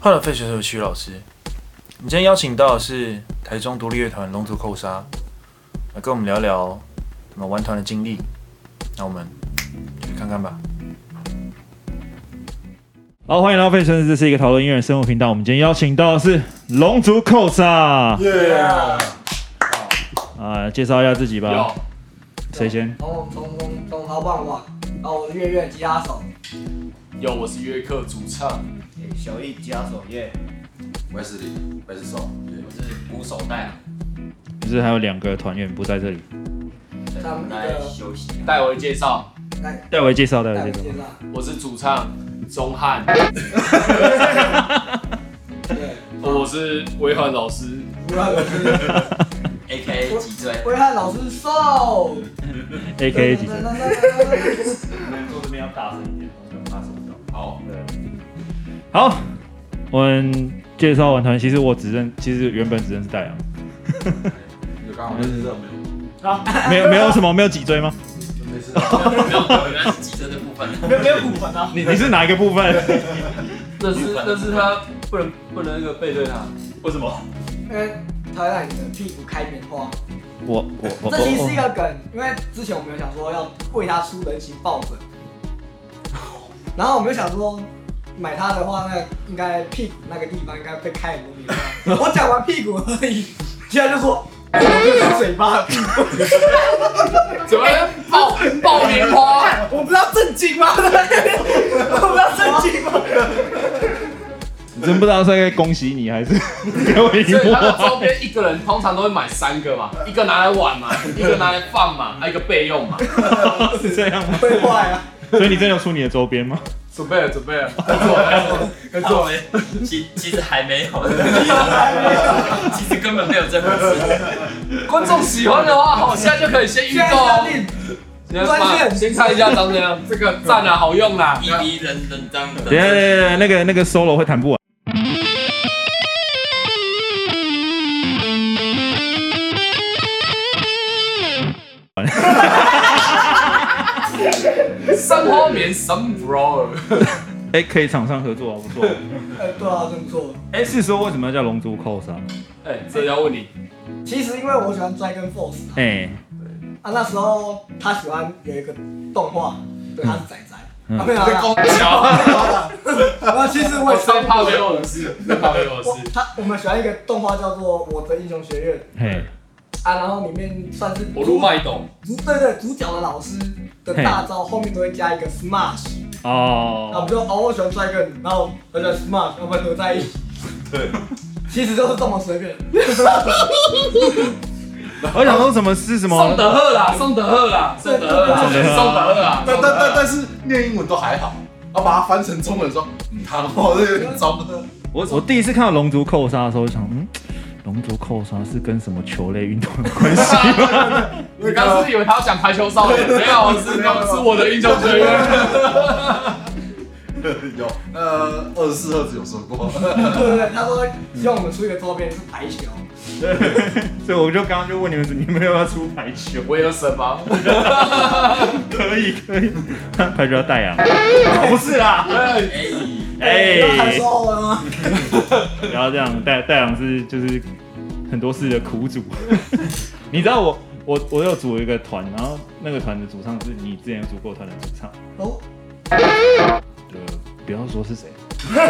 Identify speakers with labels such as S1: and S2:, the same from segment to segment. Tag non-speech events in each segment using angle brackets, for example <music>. S1: 快乐废水手曲老师，你今天邀请到的是台中独立乐团龙族扣杀，来跟我们聊聊你们玩团的经历。那我们去看看吧。
S2: 好，欢迎来到费城市，这是一个讨论音乐生活频道。我们今天邀请到的是龙族扣萨啊、介绍一下自己吧。谁先？
S3: 从从从从头棒棒，然后我是月月吉他手，
S4: 有，我是约克主唱，
S5: 小易吉他手耶，
S6: 我是李，我是手，
S4: 我是鼓手戴
S2: 就是还有两个团员不在这里，
S3: 他们
S5: 来休息啊。
S4: 戴维介绍，
S3: 来
S2: 戴维介绍，戴
S3: 来我
S2: 维介
S3: 介
S2: 绍。
S3: 绍，
S4: 我是主唱钟汉，
S3: 对，
S4: 哦我是威汉老师，
S3: 威汉老师，
S5: A K A 脊椎，
S3: 威汉老师瘦
S2: A K A 几声？
S3: 声？
S2: 坐这边要大声一点，怕收到。
S6: 好，
S2: 好，我们介绍完团，其实我只认，其实原本只认识戴阳，
S6: 就刚好就是这种
S5: <laughs>
S6: 没
S2: 没
S6: 有，
S2: 有没有什么，没有脊椎吗？
S6: 就没事。
S5: 没有，原来是脊椎的部分。
S4: 没有没有骨盆啊，
S2: 你你是哪一个部分？
S4: 那是那是他不能不能那个背对他，为什么？
S3: 因为他会让你的屁股开棉花，
S2: 我我
S1: 哦
S2: 我
S3: 这其实是一
S2: 我
S3: 个梗，因为之前我们有想说要为他出人形抱枕，然后我们就想说。买它的话，那应该屁股那个地方应该被开很多棉花。我讲完屁股而已，现在就说，我就是嘴巴的屁股。
S4: 怎么了哎爆爆棉花？
S3: 我不知道正经吗？ <laughs> 我不知道正经吗？
S2: 我真不知道是在恭喜你还是 <laughs> 给我一
S4: 所以他的
S2: 波。
S4: 周边一个人通常都会买三个嘛，一个拿来玩嘛，一个拿来放嘛，啊还有一个备用嘛。
S2: 是这样吗？
S3: 会坏啊！
S2: 所以你真的有出你的周边吗？
S4: 准备了准 <laughs> 备了，跟着我来跟着我来。
S5: 其其实还 <laughs> 没有，其实还没有，其实根本没有这回事。
S4: 观众喜欢的话，好，现在就可以先预
S3: 现在
S4: 购
S3: 下
S4: 哦。
S3: 定，
S4: 先看先看一下长怎样，这个赞啊，好用 <laughs> 啦。
S5: <laughs> 一比人人当
S2: 等一下等
S5: 的，
S2: 一下，那个那个 solo 会弹不完。
S4: 三花棉三 bro，
S2: 哎、可以厂商合作啊，不错。
S3: 呃，对啊，真不错。
S2: <laughs> 哎、是说为什么要叫龙珠啊扣杀？
S4: <laughs> 哎，这要问你，
S3: 其实因为我喜欢 Dragon Force 啊
S2: 哎、
S3: 啊，那时候他喜欢有一个动画，对，他是仔仔。啊，没有
S6: 在
S3: 啊，
S6: 公桥，
S3: 那其实我
S4: 我
S3: 也
S4: 最
S3: 超
S4: 怕没有人是，最怕没有人
S3: 我
S4: 是。
S3: 他我们喜欢一个动画叫做《我的英雄学院
S2: 嘿，》
S3: 啊，然后里面算是
S4: <laughs> 我撸麦 <laughs> 董，
S3: 主对对主角的老师的大招后面都会加一个 smash，然后我
S2: 哦
S3: 们，就哦我喜欢 Dragon，然后我喜欢 smash，要不然合在一起。对，其实就是这么随便。
S2: 我想说什么是什
S4: 宋
S2: 么？
S4: 德赫 <laughs> 啦，宋德赫啦，宋德赫啦，宋德赫啦。
S6: 但但但但是念英文都还好，然后把它翻成中文说，嗯，他我这有点糟糕。
S2: 我我第一次看到龙族扣杀的时候，我想，嗯，龙族扣杀是跟什么球类运动有关 <laughs> 系？
S4: <laughs> 你刚刚是以为他要讲排球少年， <laughs> 没有，是是我的英雄学 <laughs> 院。
S6: 有，呃，二十四赫兹有说过，
S3: 对对对，他说希望我们出一个周边是排球，
S2: 所以我就刚刚就问你们，你们要不要出排球？
S4: 我有什么？
S2: 可以可以， <laughs> 排球要带啊？不是啦，哎、
S3: 要喊说了吗？
S2: 不要这样，戴戴阳是就是很多事的苦主。 <laughs> 你知道我我我有组一个团，然后那个团的主唱是你之前有组过团的主唱，
S3: 哦，
S2: 呃，不要说是谁，
S5: 然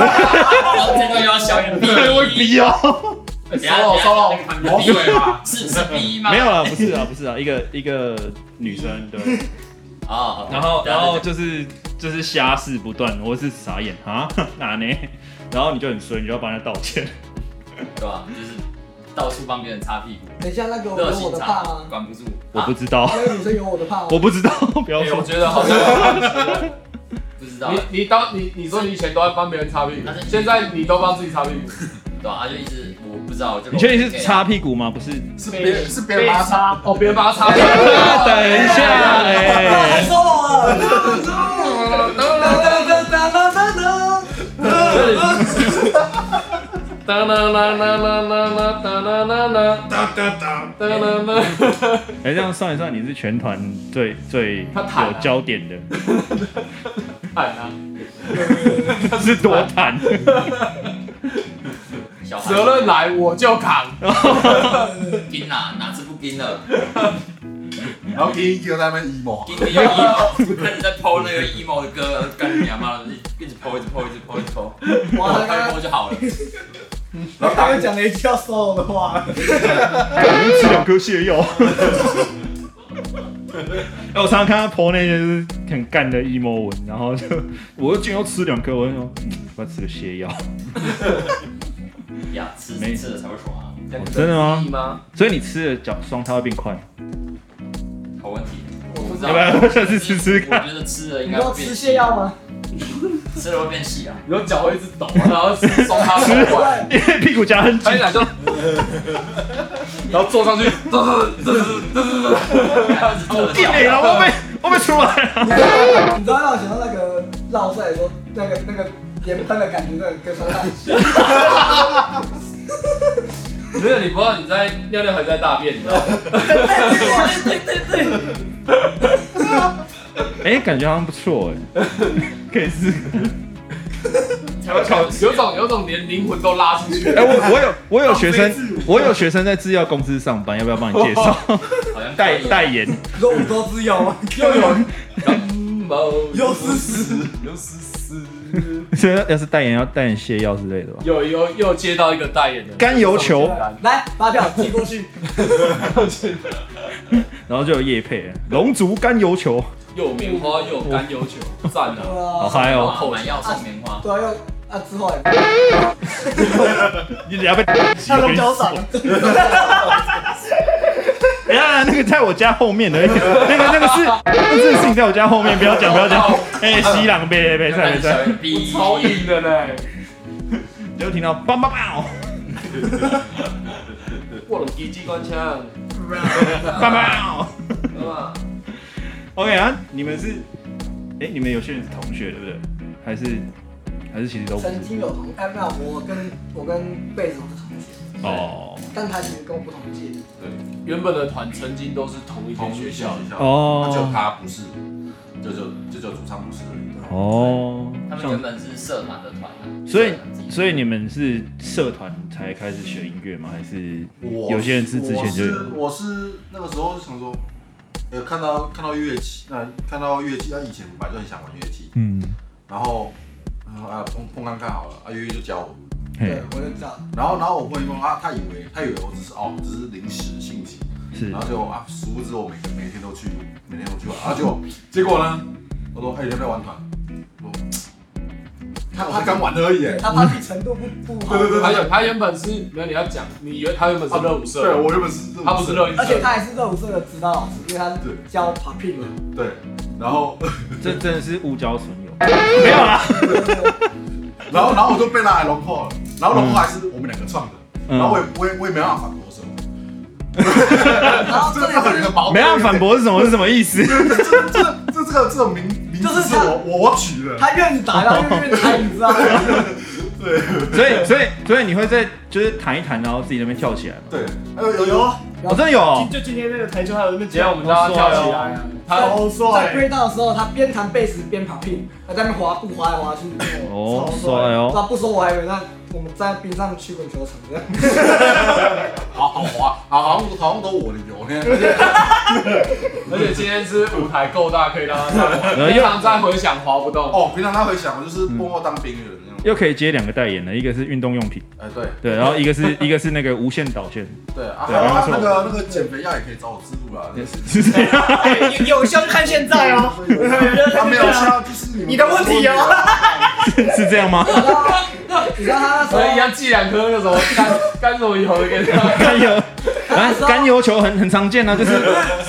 S5: 后这个又要消 <laughs> 音。
S2: <laughs> 我逼哦，
S5: 等一下
S4: solo solo，魔
S5: 等一下
S4: 鬼嘛。
S5: 是是 B 吗？
S2: <laughs> 没有啦，不是啊，不是啊，一个一个女生对，
S5: 啊。
S2: <laughs> 然后然后就是就是瞎事不断，我是傻眼啊，哪呢？然后你就很衰，你就要帮他道歉，
S5: 对吧？就是到处帮别人擦屁股，
S3: 等一下那个
S5: 热
S3: 有我
S5: 心
S3: 的怕
S5: 肠
S3: 吗？
S5: 管不住。
S2: 我不
S5: 啊
S2: 知道，
S3: 那个女生有我的怕吗 <laughs>
S2: 我？不知道，不要
S4: <laughs> 哎，我
S2: 说，
S4: 觉得好像
S5: 不知
S4: <laughs>
S5: 道，啊
S4: 你你当你你说你以前都在帮别人擦屁股，现在你都帮自己擦屁股。
S5: 对啊吧？他就一直我不知啊道，我就
S2: 你确定是擦屁股吗？不是，
S6: 是别人是别人拉他，
S4: 哦，别人帮他擦屁
S2: 啊 <laughs> 等一下哎
S3: 还。说我了，哒哒哒哒哒哒哒，
S4: 哒啦啦啦啦啦啦哒啦啦啦
S6: 哒哒哒。
S4: 哒啦啦。
S2: 哎、这样算一算，你是全团最最
S4: 他坦啊
S2: 有焦点的，
S4: 喊啊！
S2: <laughs>
S4: 啊
S2: 是多坦？
S5: 小孩，
S4: 责任来我就扛。
S5: 拼啦，哪次不拼了？
S6: <laughs> 然后一就在那边 emo，
S5: 今天要 emo，开始在 po 那个 emo 的歌，干你娘妈的，一直 po 一直 po 一直 po 一直 po，
S3: 哇，
S5: 往
S3: 他刚
S5: 开
S3: 刚
S5: po 就好了。
S3: 他刚刚讲了一句要 solo 的话，
S2: <laughs> 吃两颗泻药。哎，我常常看他 po 那些就是很干的 emo 文，然后就我竟然要吃两颗，我就说、嗯、要吃个泻药。
S5: 呀，吃
S2: 没
S5: 没吃了才会爽啊，
S2: 真的吗
S4: 意义吗？
S2: 所以你吃了角霜，它会变快。
S5: 好问题。
S4: 我不知
S2: 要
S4: 道
S2: 不。要下次吃吃看？
S5: 我觉得吃了应
S3: 你
S5: 该
S3: 要
S5: 会
S3: 吃
S5: 变
S3: 泻药吗？
S5: 吃了会变细啊。
S4: 你说脚会一直抖，然后松他血管，
S2: <laughs> 因为屁股夹很紧
S4: 拍，起来就，然后坐上去，
S5: 我
S4: 哎
S2: 进来了，我被我被出来了。
S3: 你知道你知道让我想到那个绕赛的时候，那个那个盐喷的感觉，那个跟酸辣粉
S4: 没有，你不知道你在尿尿还是在大便，你知道吗？
S2: 哎、感觉好像不错哎、 <laughs> 可以试试看。
S4: <laughs> 有种有种连灵魂都拉出去，
S2: <laughs> 哎、我我有我有学生，我有学生在制药公司上班，要不要帮你介 <laughs> 绍
S5: 好像
S2: 代代言？
S3: 你说五洲之友吗？
S4: 又有感冒，
S3: 又是屎，
S4: 又是死，
S2: 所以要是代言要代言泻药之类的吧？
S4: 又又又接到一个代言的
S2: 甘油球，
S3: 来发票寄过去，
S2: 然后就有叶配龙族甘油球，
S4: 又有棉花又有甘油球，赞啊！
S2: 好
S3: <laughs> 哇，
S2: 嗨
S5: 还有
S2: 哦！
S5: 口买药送棉花，
S3: 对啊，又啊之后也
S2: 你等下被
S3: 他龙角散
S2: <laughs>
S3: 了，
S2: 等下哎那个在我家后面的，那个那个是那这个事情在我家后面，不要讲不要讲。哎，西朗别别别，
S5: 但
S2: 别
S5: 是小
S2: 别，
S5: 人逼，
S4: 超硬的嘞，
S2: 你就听到梆梆梆
S4: 过了狙机关枪，
S2: 梆梆。
S4: 知道吗？
S2: OK 啊，你们是，哎，你们有些人是同学对不对？还是还是其实都不是
S3: 曾？经有同，哎没有，我跟我跟贝子同是同学，
S2: 哦
S3: 但他其实跟我不同届，
S4: 原本的团曾经都是同一间学校，
S6: 就
S2: 哦
S6: 他不是，就就就就主唱不是而已。
S2: 哦，
S5: 他们原本是社团的团啊，
S2: 所以所以你们是社团才开始学音乐吗？还是
S6: 我
S2: 有些人是之前就
S6: 我是我是那个时候想说，呃，看到看到乐器，那、看到乐器，他以前本来就很想玩乐器，
S2: 嗯，
S6: 然后，然后啊碰碰看看好了，啊月月就教我，
S2: 嘿
S3: 对，我就知道，
S6: 然后然后我碰一碰啊，他以为他以为我只是哦只是临时兴起，
S2: 是
S6: 然后就啊殊不知我每个每天都去每天都去玩，然后就结果呢，我说哎你要不要玩团？我说看我才刚玩而已耶，欸
S3: 他怕自己程度不不好，
S6: 对对
S4: 他原他原本是没有你要讲，你以为他原本是热舞社，
S6: 啊对我原本是
S4: 他不是热音
S3: <laughs> 而且
S4: 社，
S3: 他还是热舞社的指导老师，因为他是
S6: 对
S3: 教 popping 的。
S6: 对，然后 <laughs>
S2: 这真的是误交损友，
S6: 嗯
S2: 没有啦，
S6: 然后然后我就被拉来龙炮了，然后龙炮还是我们两个创的，
S2: 嗯
S6: 然后我也我也我也没办法反驳什么，
S3: 然后
S6: 这
S3: 这
S6: 个很
S3: 个
S6: 很矛盾，
S2: 没办法反驳是什么是什么意思？
S6: <laughs> 这这这这这个这种名名
S3: 就是
S6: 字是
S3: 他
S6: 我我我取的，
S3: <laughs> 他越打然后越越抬，你知道吗？
S6: <laughs> 对
S2: 所以所以所以你会在就是弹一弹，然后自己那边跳起来吗？
S6: 对，哎有有有啊，
S2: 我、真的有哦，
S7: 就今天那个台球，还有那边
S4: 今天我们大家跳起来啊，
S6: 哦
S4: 他
S7: 超
S3: 在
S7: 帅，
S3: break 到的时候，他边弹贝斯边 popping，他在那边滑步滑来滑去。
S2: 哦
S7: 超帅
S2: 帅哦，
S3: 他不说我还以为那我们在冰上曲滚球场这样。 <laughs>
S6: 好好滑，好好像好像都我的油呢，
S4: 而且今天是舞台够大，可以让他再
S2: 然后
S4: 玩。
S2: 又
S4: 平常在回响滑不动，
S6: 哦，平常他会想我
S2: 嗯
S6: 就是默默当兵的人那样，
S2: 又可以接两个代言了，一个是运动用品，
S6: 哎对
S2: 对，然后一个是一个是那个无线导线，
S6: 对啊，
S2: 对
S6: 还有
S2: 没
S6: 他
S2: 错
S6: 那个那个减肥药也可以找我自啊助啦，
S2: 是这样。
S7: 有胸看现在哦，
S6: 他没有笑就是们
S7: 你的问题哦，
S2: 是这样吗？
S3: 你知道他那时
S4: 所以
S6: 哎
S4: 你
S3: 候，
S4: 要寄两颗那个什么干干什么油给他，
S2: 甘油啊，甘油球很很常见啊，就是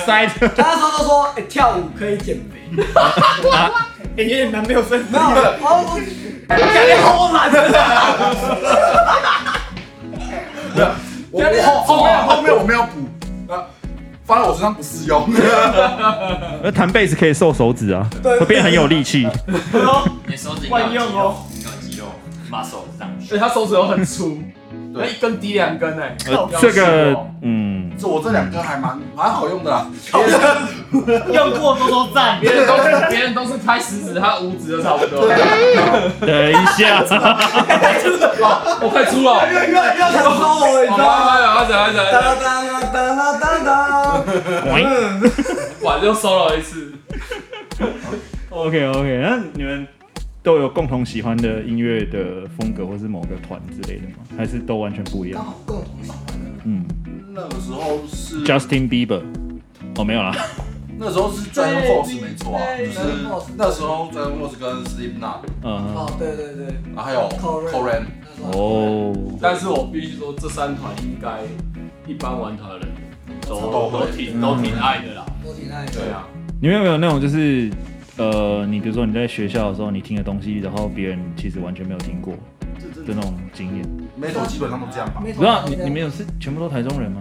S2: 塞着
S3: 他那时候都说，哎，跳舞可以减肥。
S6: <laughs>
S2: 啊，
S7: 也有点蛮没有分
S3: 没有，我
S7: 感觉好难的，
S6: 我我后后面后面我没有补，啊，放在我身上不适用，
S2: 而弹贝斯可以瘦手指啊，会变很有力气。
S5: 你的手指
S7: 万用哦，
S5: 你有肌肉，muscle
S4: 哎
S5: 上去。
S4: 所以他手指头很粗，那
S6: 对
S4: 一根抵两根哎，
S2: 呃这个嗯，
S6: 这我这两颗还蛮蛮好用的啦。
S7: 用过都说赞。
S4: 别人都是别人都是拍食指，他五指就差不多。
S2: 等一下，
S4: 我快出了，
S6: 哎
S3: 越越越想哎说我，你知
S4: 好
S3: 道吗？
S4: 吧，好走好
S3: 哒
S4: 走，
S3: 哒哒哒哒哒哒。
S4: 碗就收了一次。
S2: OK OK，那你们都有共同喜欢的音乐的风格，或是某个团之类的吗？还是都完全不一
S3: 刚
S2: 样？
S3: 好共同喜欢的，
S2: 嗯
S6: 那个时候是
S2: ，Justin Bieber，哦没有啦，
S6: 那时候是 Dragon Force 没错啊，
S3: 对
S6: 就是
S3: Dragon Force
S6: 那时候 Dragon Force 跟 Slipknot，
S2: 嗯，
S3: 哦，对对对，
S6: 然后啊还有
S3: Corran
S6: Coran，
S3: 那时候
S2: 哦，
S4: 但是我必须说，这三团应该一般玩团的人都
S6: 都会
S4: 都挺都挺爱的啦。
S3: 我挺爱的。
S4: 对啊，
S2: 你们有没有那种就是？呃，你比如说你在学校的时候，你听的东西，然后别人其实完全没有听过的
S6: 这真
S2: 那
S6: 的
S2: 种经验。
S6: 没错，基本上都这样吧。
S3: 没什
S2: 不知
S3: 么
S2: 道
S3: 好
S2: 你
S3: 讲
S2: 你们有是全部都台中人吗？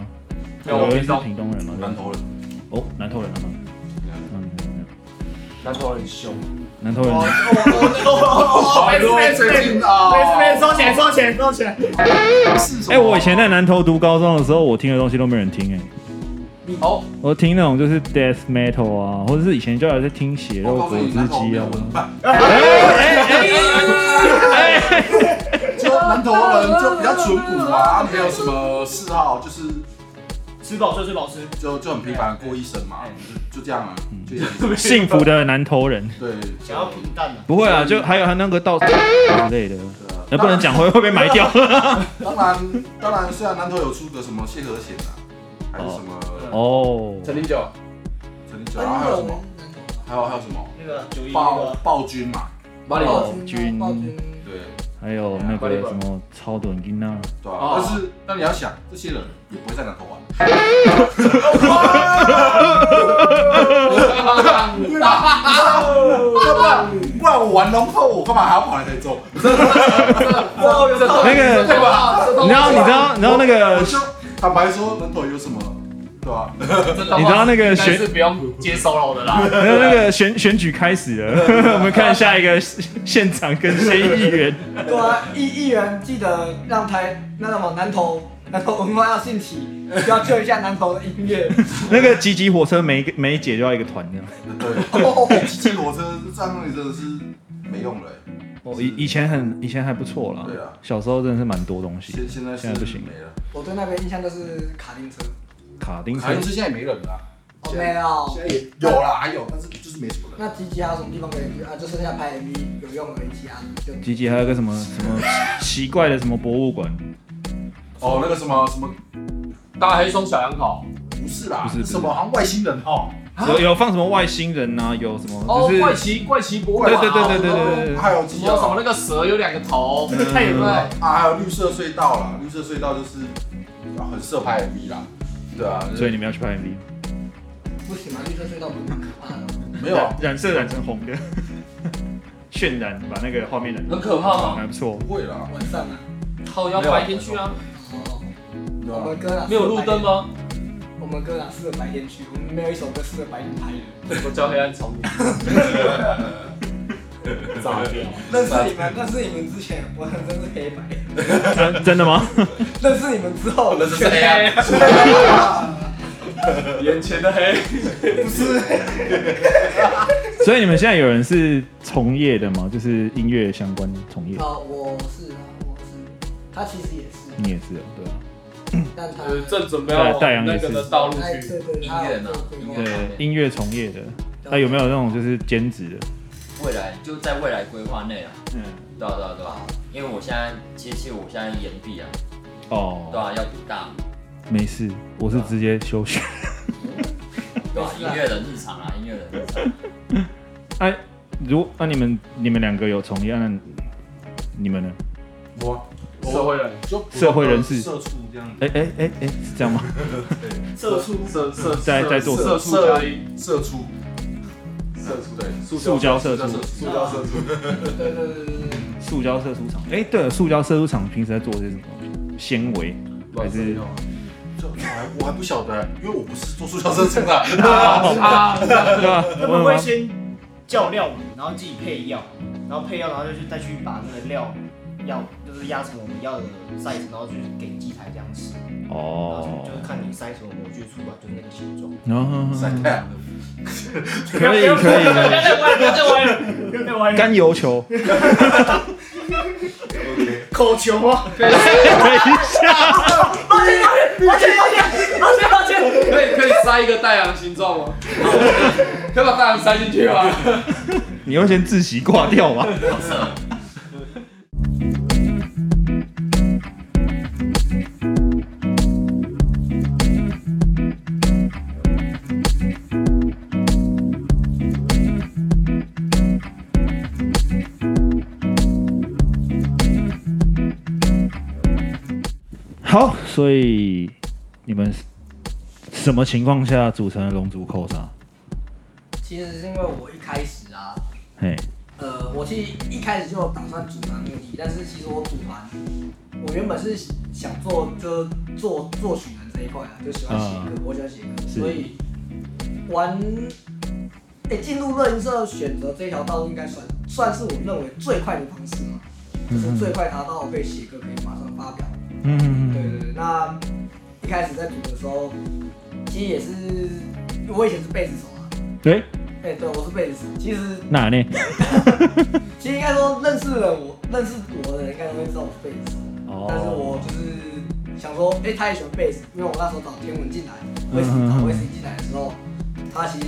S4: 没有我
S2: 有人
S4: 平
S2: 是
S4: 常
S2: 屏东人吗？对
S6: 南投人，
S2: 哦，南投人啊。嗯，
S5: 那时候很凶，
S2: 南投人。哎
S7: 哦
S5: 好多最近啊，
S7: 没事没事，收起来收起来收起来。
S2: 哎、我以前在南投读高中的时候，我听的东西都没人听哎、
S6: 哦
S4: 好，
S2: 我听那种就是 death metal 啊，或者是以前就有在听血
S6: 我
S2: 肉
S6: 告诉
S2: 果
S6: 你，
S2: 汁
S6: 南投没
S2: 机
S6: 有
S2: 啊。
S6: 文化，
S2: 哎哎
S6: 就南投人就比较淳朴啊，没有什么嗜好，就是
S7: 吃饱睡，睡饱吃。
S6: 就就很平凡地过一生嘛，就就这样啊，就
S2: 哎，幸福的南投人。
S6: 对。
S7: 想要平淡的，
S2: 不会啊，就还有他那个道之类的，那呃不能讲会会被埋掉。
S6: 当然，当然，虽然南投有出个什么谢和弦啊，还是什么
S2: 哦，
S4: 陈零九，
S6: 陈立久，然后还有
S3: 那
S6: 什
S3: 你有，那
S6: 么
S3: 种
S6: 还有还有什么
S7: 那个九一
S6: 暴
S7: 那
S6: 暴君嘛，
S4: 马里
S2: 哦
S4: 奥，
S3: 暴
S2: 君
S3: 君啊，暴君
S6: 对
S2: 还有那个什么超短音啊，
S6: 对啊。
S4: 哦
S6: 但是，但你要想，这些人也不会在南投玩，不然不然我玩龙凤，我干嘛还要跑来台中？
S3: 哇，有道理
S2: 那个
S4: 对吧？
S2: 你知道你知道你知道那个
S6: 我就坦白说，南投有什么，对吧、 <laughs>
S4: 你
S2: 你知道那个选
S4: 是不用接 solo 的啦。
S2: 还有那个选选举开始了，我们看下一个县长跟县议员。
S3: 对啊，议议员记得让台那什么南投南投文化要兴起，要救一下南投的音乐。
S2: 那个吉吉火车每一个每一节就要一个团这样。
S6: 对，骑火车在那里真的是没用了、欸，
S2: 哦以以前很以前还不错啦，
S6: 对啊
S2: 小时候真的是蛮多东西。
S6: 现现在是
S2: 现在不行
S6: 没了。
S3: <laughs> 我对那个印象就是卡丁车，
S2: 卡丁车
S6: 台中市现在也没人了啊、
S3: 哦没有。
S6: 现在也有啦，还有，但是就是没什么人。
S3: 那吉吉还有什么地方可以去啊？就剩下拍 MV 有用而已，其他啊就
S2: 吉吉还有个什么什么奇怪的什么博物馆，
S6: 哦，那个什么什么，
S4: 大黑松小羊烤，
S6: 不是啦，
S2: 不是不是
S6: 什么好像外星人哦，
S2: 有有放什么外星人呐、有什么
S4: 哦
S2: 就，是
S4: 怪奇怪奇博物馆
S2: 对
S4: 啊，
S2: 对对对对对对对
S6: 还有
S4: 什
S6: 鸡
S4: 么什么
S6: 肉
S4: 那个蛇有两个头，太有了。
S6: 啊，还有绿色隧道啦，绿色隧道就是啊很适合拍 MV 啦，对啊，
S2: 所以你们要去拍 MV，
S3: 不行嘛，绿色隧道不是很可怕的吗？
S6: 没有啊，
S2: 染色染成红的， <laughs> 渲染把那个画面染
S4: 很可怕吗？
S2: 还不错。
S6: 不会啦，
S3: 晚上啊，
S4: 靠，要白天去啊，
S3: 哦，
S6: 对
S3: 我
S6: 吧？
S3: 们歌啊
S4: 没有路灯？吗？
S3: 我们歌啊适合白天去，我们没有一首歌适合白天拍的。
S4: 我叫黑暗丛林，炸掉。
S3: <laughs> 认识你们，认识你们之前，我很真是黑白。
S2: 真真的吗？ <laughs>
S3: 认识你们之
S4: 哦
S3: 后，
S6: 那是黑暗，
S4: 眼前的黑，
S2: 所以你们现在有人是从业的吗？就是音乐相关从业，
S3: 啊，我是啊，我是，他其实也是，
S2: 你也是哦，对啊。
S3: 但他
S4: 呃，正准备要
S2: 戴阳
S4: 往
S2: 也
S4: 那
S2: 是
S4: 个的道路
S3: 哎，
S4: 去。
S3: 对对，
S5: 音
S3: 他
S5: 乐
S3: 有
S5: 呢
S3: 做规划
S5: 音乐
S2: 对音乐从业的，那有没有那种就是兼职的？
S5: 未来就在未来规划内啊，
S2: 嗯，
S5: 对啊对啊对啊，因为我现在其实我现在延毕啊，对
S2: 哦，
S5: 啊要读大，
S2: 没事，我是直接休学。
S5: 对啊音乐人日常啊，音乐人日常，
S2: 哎、如那、你们你们两个有从业，那你们呢？
S6: 我
S4: 社会人，
S6: 就
S2: 社会人士
S6: 社畜这样子，
S2: 哎哎哎哎，是这样吗？
S4: 社畜，社社
S2: 在在做
S4: 社畜加一，
S6: 社畜，
S4: 社畜
S6: 对，
S2: 塑胶社
S6: <laughs> 社
S2: 畜，
S4: 塑胶社畜。
S3: 对对对对对，
S2: 塑胶社畜厂。哎、对了，塑胶社畜厂平时在做些什么？纤维还是？
S6: 这我还我还不晓得，因为我不是做塑胶社畜
S3: <laughs>
S6: 的，
S4: 啊，
S2: <laughs> 对啊，
S7: 他们会先叫料理，然后自己配药，然后配药，然后就去再去把那个料药，就就是压什么我们要的 size，然后去给机台这样吃，然后
S2: 哦，
S7: 就是看你塞什么模具出来，就是那个形状。
S2: 然后
S6: 晒太阳的
S2: 可以可以可
S7: 再歪了，不要再歪了，不要再歪
S2: 以，干油球，等
S6: ，OK，
S7: 口球吗？
S2: 一下，
S3: 抱歉抱歉抱歉抱歉，
S5: 可以可以塞一个太阳形
S4: <laughs>
S5: 状吗？可以把太阳塞进去吗？
S2: 你会先自习挂掉吗？好，所以你们什么情况下组成龙族扣杀？
S3: 其实是因为我一开始啊，
S2: 嘿，
S3: 呃，我其实一开始就有打算组团那个题，但是其实我组团，我原本是想做就做做曲人这一块啊，就喜欢写歌，我喜欢写歌，
S2: 是
S3: 所以玩，哎、进入乐音社选择这条道路应该算算是我认为最快的方式嘛，就是最快达到可以写歌，可以马上发表。
S2: 嗯嗯
S3: 对对对，那一开始在组的时候，其实也是我以前是贝斯手啊，
S2: 对，诶
S3: 哎、对，我是贝斯手，其实。
S2: 哪呢？
S3: 其实应该说认识了我，认识我的人应该都会知道我是贝斯，
S2: 哦
S3: 但是我就是想说，哎、他也喜欢贝斯，因为我那时候找天文进来，
S2: 嗯
S3: 威斯找威斯进来的时候，他其实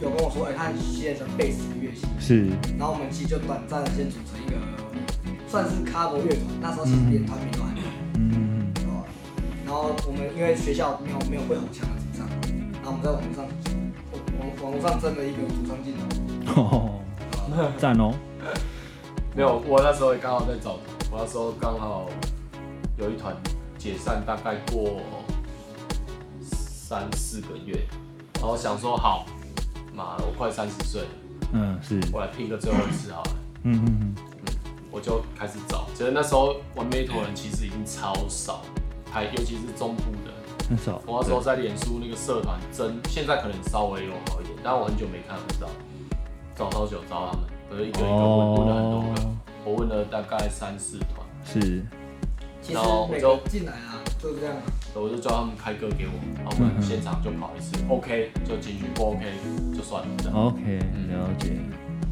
S3: 有跟我说，哎、他其实也喜欢贝斯的乐器，
S2: 是
S3: 然后我们其实就短暂的先组成一个算是 cover 乐团，那时候其实连团名都还没有。
S2: 嗯
S3: 哦然后我们因为学校没有没有会吼腔的主唱，然后我们在网络上网网络上争了一个主唱进来，
S2: <laughs> 哦，赞哦，
S4: 没有，我那时候也刚好在找，我那时候刚好有一团解散，大概过三四个月，然后想说好，妈的，我快三十岁了，
S2: 嗯是，
S4: 我来拼个最后一次好了，
S2: 嗯嗯
S4: 我就开始找。其实那时候玩 metal 的人其实已经超少，还尤其是中部的，
S2: 嗯，很少。
S4: 我那时候在脸书那个社团争，现在可能稍微有好一点，但我很久没看，不知道。找超久找他们，可是一个一个问，问了很
S2: 哦
S4: 多个，我问了大概三四团，
S2: 是，
S3: 其实
S4: 然后我
S3: 每
S4: 就
S3: 个进来啊就是这样啊。
S4: 所以我就叫他们开歌给我，然后我们现场就跑一次、o k 就进去，不 OK 就算了。这样
S2: OK，了解。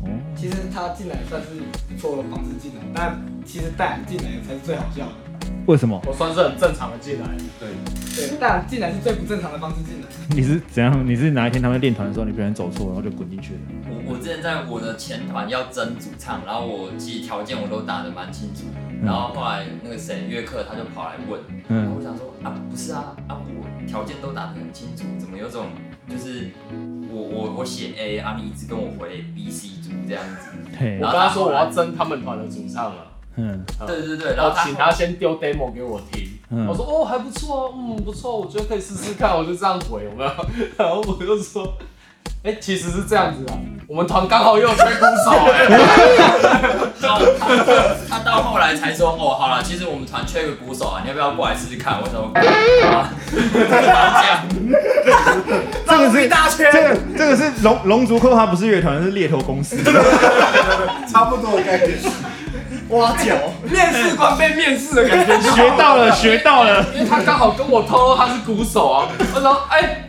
S2: 哦，
S3: 其实他进来算是不错的方式进来，但其实戴尔进来才是最好笑的。
S2: 为什么？ <laughs>
S4: 我算是很正常的进来，
S6: 对，
S3: 对，戴尔进来是最不正常的方
S4: <laughs>
S3: 式进来。
S2: 你是怎样？你是哪一天他们练团的时候，你不小心走错，然后就滚进去了？
S5: 我我之前在我的前团要争主唱，然后我其实条件我都打得蛮清楚，然后后来那个谁乐课他就跑来问，然后
S2: 嗯
S5: 我想说啊不是啊啊我条件都打得很清楚，怎么有种就是我我我写 A 啊你一直跟我回 B C 组这样子，
S2: 嘿
S4: 我，跟他说我要争他们团的主唱了，
S2: 嗯
S5: 对对对，然
S4: 然
S5: 后
S4: 后
S5: 他
S4: 哦请他先丢 demo 给我听。
S2: 嗯
S4: 我说哦还不错哦，嗯不错，我觉得可以试试看，我就这样回有没有？然后我就说，哎、其实是这样子啊，
S3: 嗯
S4: 我们团刚好又有缺鼓手哎、
S5: 然后他他到后来才说哦好了，其实我们团缺个鼓手啊，你要不要过来试试看？我说啊，这样。
S2: 这个是大圈，这个这个是龙龙族扣，它不是乐团，是猎头公 <laughs> 司。
S6: 差不多的概念。
S7: 挖角，
S3: <laughs> 面试官被面试的感觉。
S2: 学到了，学到了。
S4: 因为他刚好跟我透露他是鼓手啊，我说哎、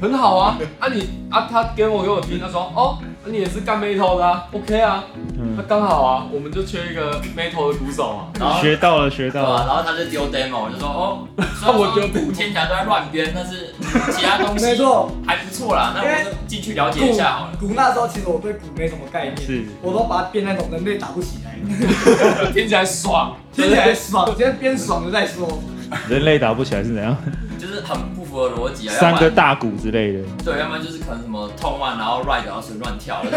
S4: 很好啊，啊你啊他跟我给我听，他说哦你也是干 metal 的啊，OK 啊，那
S2: 嗯，
S4: 刚好啊，我们就缺一个 metal 的鼓手嘛，
S5: 然后
S2: 学到了，
S5: 对
S2: 学到
S5: 啊，
S2: 了。
S5: 然后他就丢 demo，我就说哦，虽然
S4: 我丢
S5: 说
S4: demo
S5: 鼓听起来都在乱编，但是其他东西
S3: 没错，
S5: 还不错啦，那我就进去了解一下好了。
S3: 鼓那时候其实我对鼓没什么概念，
S2: 是，
S3: 我都把它变那种人类打不起来，
S4: 听起来爽，
S3: 听起来爽，先边爽了再说。
S2: 人类打不起来是怎样？
S5: 就是很不符合逻辑啊，
S2: 三个
S5: 要不
S2: 大鼓之类的。
S5: 然对，要不然就是可能什么痛腕，然后 right 然后随便乱跳，就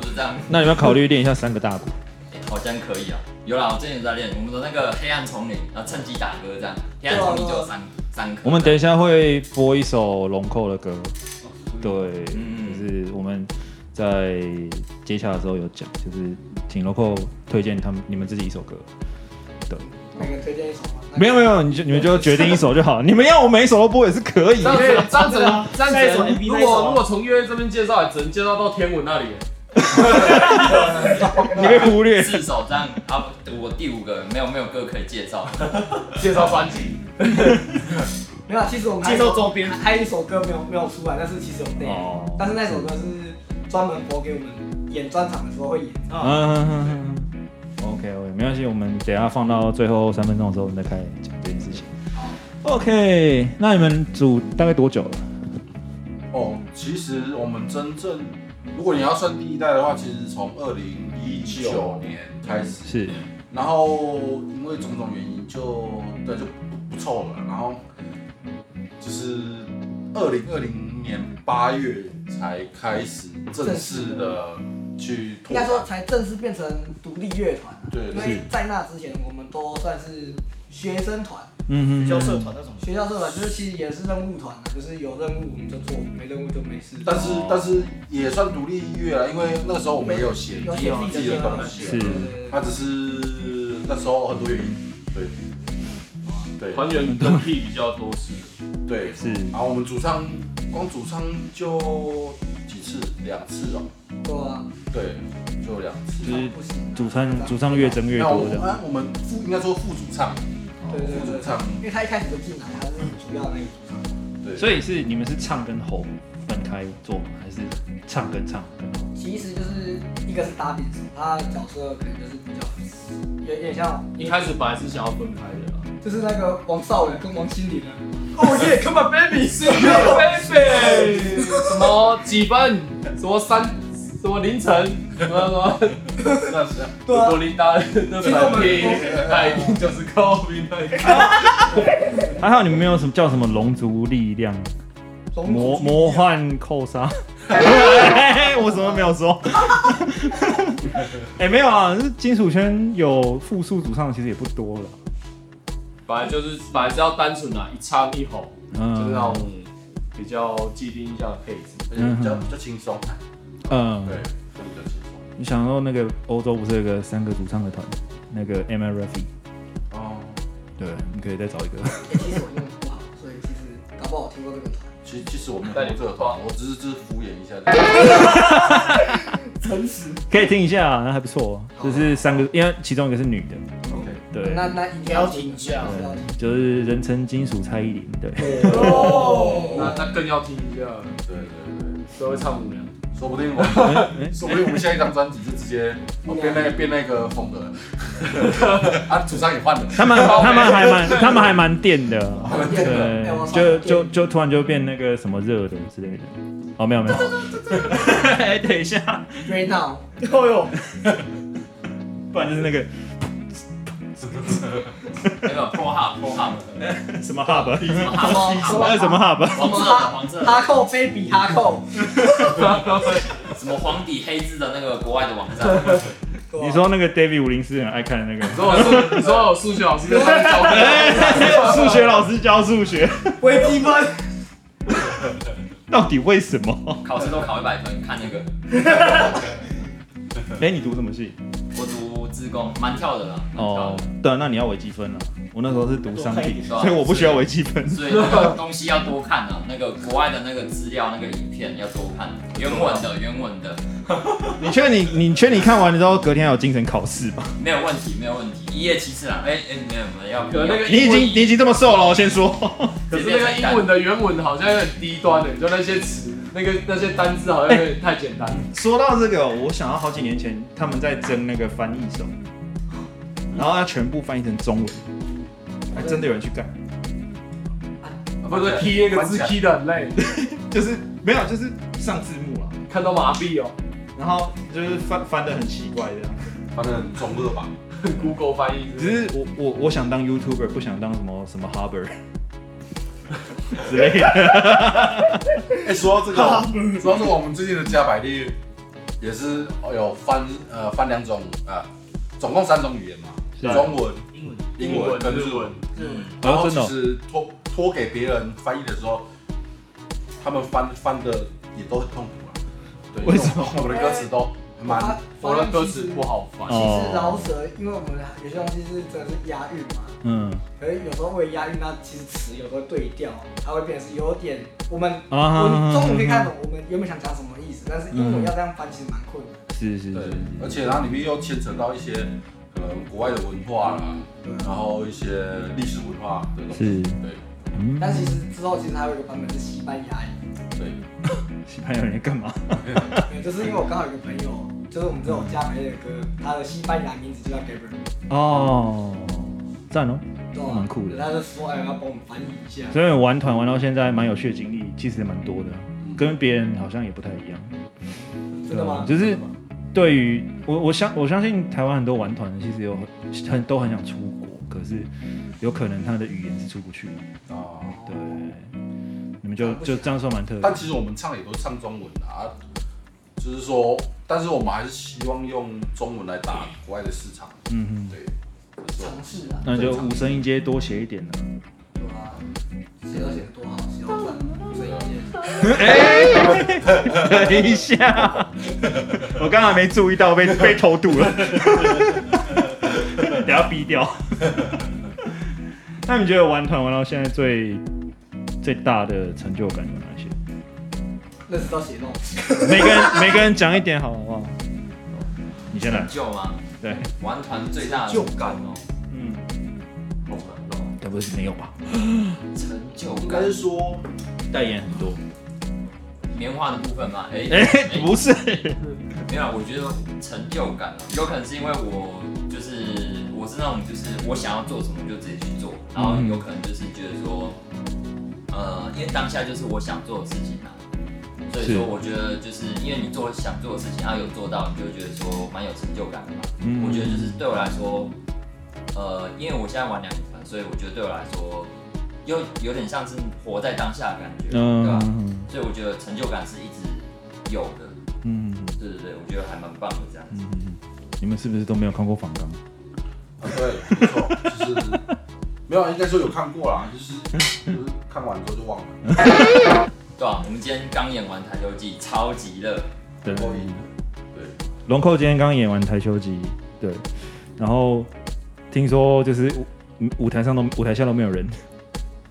S5: 是这样，
S2: 那你们要考虑练一下三个大鼓。
S5: 哎好像可以啊。有啦，我之前有在练，我们的那个黑暗丛林，然后趁机打歌这样，黑暗丛林就有三三颗。
S2: 我们等一下会播一首龙扣的歌，
S4: 哦
S2: 对，
S5: 嗯
S2: 就是我们在接洽的时候有讲，就是请龙扣推荐他们你们自己一首歌。
S3: 每个人推荐一首嘛。那个
S2: 没有没有，你就你们就决定一首就好，你们要我每一首都播也是可以
S4: 这。样子这样子这
S7: 下一首
S4: 样
S7: MV
S4: 子，如
S7: 那一首啊
S4: 果如果从约这边介绍，只能介绍到天文那里，
S2: 你被忽略。
S5: 四首这样啊，我第五个没有没有歌可以介绍，
S4: 介绍专辑，
S3: 没有啊，其实我们还
S7: 介绍周边
S3: 还有一首歌没有没有出来，但是其实有内容，
S2: 哦，
S3: 但是那首歌是专门播给我们演专场的时候会演。
S2: 嗯，OK OK，没关系，我们等一下放到最后三分钟的时候，我们再开始讲这件事情。OK，那你们组大概多久了？
S6: 哦，其实我们真正，如果你要算第一代的话，其实从二零一九年开始，
S2: 是
S6: 然后因为种种原因就对就不凑了，然后就是二零二零年八月才开始正式的去
S3: 应
S6: 拓
S3: 该
S6: 展，
S3: 说才正式变成独立乐团啊、
S6: 对
S3: 因为在那之前我们都算是学生团，
S2: 嗯
S7: 学校社团那种，
S3: 学校社团就是其实也是任务团啊，就是有任务我们就做，没任务就没事。
S6: 但是但是也算独立乐了，因为那时候我们也有写
S3: 有
S6: 也
S3: 写
S6: 有
S3: 自
S6: 自
S3: 己
S6: 己
S3: 的
S6: 的东
S3: 东西，啊
S6: 西，啊
S2: 是
S6: 它只是那时候很多原因，对，对
S4: 团员跟屁比较多事，
S6: 对，
S2: 是
S6: 然后我们主唱光主唱就几次，两次哦，
S3: 对啊，
S6: 对，就两次。
S2: 就是
S3: 不行啊
S2: 主唱主唱越争越
S6: 那我
S2: 多
S6: 们
S2: 这样。
S6: 啊我们副应该说副主唱，
S3: 对对
S6: 副
S3: 对
S6: 主唱，
S3: 因为他一开始就进来，他是主要的那个主唱，
S6: 对，
S2: 所以是你们是唱跟吼分开做吗？还是唱跟唱跟吼？
S3: 其实就是一个是搭点手，他角色可能就是比较有有点像
S4: 一开始本来是想要分开的啦，
S3: 就是那个王少仁跟王心凌啊。哦耶，Come on baby，是 Come
S4: 贝贝，什么几分，什么三，什么凌晨，什么什么，
S6: 那是啊
S3: 对啊
S4: 多琳达那
S3: 其实我们
S4: 本听，爱听就是 COVID
S2: 还好你们没有什么叫什么龙族力量、
S3: on，
S2: 魔魔幻扣杀。哎我什么都没有说。哎，没有啊，是金属圈有复数主唱其实也不多了。
S4: 本来就是本来是要单纯啊，一唱一吼，
S2: 嗯
S4: 就是那种比较既定印象的配置。
S6: 而且比较比较轻松，
S2: 嗯，
S6: 对，就比较轻松。
S2: 你想到那个欧洲不是有个三个主唱的团，那个 Emma Ruffy，
S6: 哦，
S2: 对，你可以再找一个。 <laughs>
S3: 欸其实我英文不好，所以其实搞不好我听过这个团。
S6: 其实其实我没有带
S4: 带你
S6: 你这个
S4: 逛
S6: 团，我只是只是敷衍一下。
S2: 可以听一下，啊那还不错。哦就是三个，因为其中一个是女的，
S6: OK，
S2: 对，
S3: 那那一定
S7: 要
S3: 要
S7: 听
S3: 听
S7: 一下
S3: 一下
S2: 就是人称金属蔡依林，对，
S3: <laughs>
S4: 那那更要听一下，
S6: 对对对，
S4: 都会唱舞娘。
S6: 说不定我们说不定我们下一张专辑就直接哦变那个变那个风格了，啊，主唱也换了，
S2: 他们他们还蛮他们还蛮电的，
S3: <laughs>
S2: 对
S3: 哎我，操
S2: 就就就突然就变那个什么热的之类的。哦，没有没有， <laughs> 哎，等一下，
S3: Right now，
S7: 哦哟，
S2: 不然就是那
S5: <laughs>
S2: 个
S5: 那个 Pro Hub Pro Hub，
S2: 什么 hub，
S5: 什么 Hub
S2: <laughs> 那是什么
S5: <laughs>
S2: hub，
S5: 黄色的黄色的
S3: 哈扣 baby 哈扣。
S5: 什么黄底黑字的那个国外的网站，
S3: 对啊
S2: 你说那个 David 五零四很爱
S5: <laughs>
S2: 看的那
S4: 你
S2: 个，
S4: 说我数， <laughs> 你说我数学老师在帮你找课，
S5: 啊
S2: 数学老师教数学，
S3: 微积分，
S2: 到底为什么？
S5: 考试都考一百分，看那个。
S2: 哎，你读什么系？
S5: 我读自贡，蛮跳的啦，蛮跳
S2: 哦
S5: 的，
S2: 对啊，那你要微积分了。我那时候是读商品，
S5: 对啊
S2: 所以我不需要微积分。
S5: 所以那个东西要多看啊，那个国外的那个资料、那个影片要多看，原文的原文的
S2: 你确定你你确定你看完了之后隔天还有精神考试吗？
S5: 没有问题，没有问题，一夜七次啊，哎哎没有没有要不
S4: 有
S5: 要
S4: 那个
S2: 你已经你已经这么瘦了，我先说。
S4: 可是那个英文的原文好像有点低端的，你说那些词，那个那些单字好像有点太 <laughs> 简单。
S2: 说到这个，我想到好几年前他们在争那个翻译手，然后他全部翻译成中文，还真的有人去干，
S4: 不是 key 那个字 key 的很累，
S2: 就是没有就是上字幕了，
S4: 看到麻痹哦。
S2: 然后就是翻翻的很奇怪这样。
S6: 反正中二吧，
S4: Google 翻译
S2: 只是我我我想当 YouTuber，不想当什么什么 Hubber 之类的。
S6: <laughs> 哎，说到这个，说到这个，我们最近的加百利也是有翻呃翻两种啊，总共三种语言嘛，
S2: 是
S6: 中文、
S7: 英文
S6: 英文跟日文。然
S2: 哦
S6: 后
S2: 真的
S6: 其
S2: 哦
S6: 实托托给别人翻译的时候，他们翻翻的也都很痛苦啊。对，
S2: 为什
S6: 么我们的歌词都蛮
S3: 他
S4: 我的歌词不。好翻
S3: 其实饶舌，因为我们有些东西是真的是押韵嘛，
S2: 嗯
S3: 可是有时候为押韵，它其实词有时候对调，它会变成是有点我们
S2: 啊嗯
S3: 我中文可以看懂我们原本想讲什么意思，但是英文要这样翻其实蛮困难。
S2: 是是
S6: 对
S2: 是，，
S6: 而且它里面又牵扯到一些可能国外的文化啦，然后一些历史文化的东西
S2: 嗯是，
S6: 对
S2: 嗯，
S3: 但其实之后其实还有一个版本是西班牙语，
S6: 对，
S2: 西班牙人在干嘛？
S3: 没有就是因为我刚好有个朋友，就是我们这种加梅的歌，他的西班牙名字就叫 Gabriel，
S2: 哦，赞哦，
S3: 对吧
S2: 蛮酷的
S3: 他就说哎，要帮我们翻译一下。
S2: 所以玩团玩到现在蛮有趣的经历，其实蛮多的，跟别人好像也不太一样。啊
S3: 真的吗？
S2: 就是对于我，我相我相信台湾很多玩团其实有很很都很想出国，可是有可能他的语言是出不去。
S6: 啊，
S2: 对，你们就就这样算蛮特别
S6: 但。其实我们唱也都唱中文的啊，就是说，但是我们还是希望用中文来打国外的市场，
S2: 嗯嗯，
S6: 对，这是我
S3: 尝试啊，
S2: 那你就五声音阶多写一点了。
S3: 对吧？谁都啊写得多好，谁都赚，所以
S2: 等一下，我刚才没注意到被被偷渡了， <laughs> 等下逼掉。那你觉得玩团玩到现在最最大的成就感有哪些？
S3: 认识到写弄。
S2: 每个 <laughs> 人每个人讲一点好不好？你先来，
S5: 旧吗？
S2: 对，
S5: 玩团最大的
S3: 成就感
S5: 哦，
S2: 嗯，
S5: 好难哦，
S2: 该不是没有吧？
S5: 成就
S6: 应该
S5: 感
S6: 是说，
S2: 代言很多，
S5: 棉花的部分嘛，哎
S2: 哎、
S5: 哎
S2: 不是，
S5: 没有，啊我觉得成就感哦，有可能是因为我就是我是那种就是我想要做什么就直接去做，然后
S2: 嗯
S5: 有可能就是觉得说，呃，因为当下就是我想做的事情啊，所以
S2: 是
S5: 说我觉得就是因为你做想做的事情，他有做到，你就会觉得说蛮有成就感的嘛。
S2: 嗯
S5: 我觉得就是对我来说，呃，因为我现在玩两人团，所以我觉得对我来说，又有点像是活在当下的感觉，对吧？
S2: 嗯
S5: 所以我觉得成就感是一直有的。
S2: 嗯，
S5: 对对对，我觉得还蛮棒的这样子。
S2: 你们是不是都没有看过仿纲？
S6: 啊对，没错，就是没有，应该说有看过啦，就是就是看完之后就忘了，
S5: 对啊，我们今天刚演完《台球季》，超级热。
S2: 对
S6: 然后赢了，对。
S2: 龙扣今天刚演完台球集，对，然后听说就是舞舞台上都舞台下都没有人，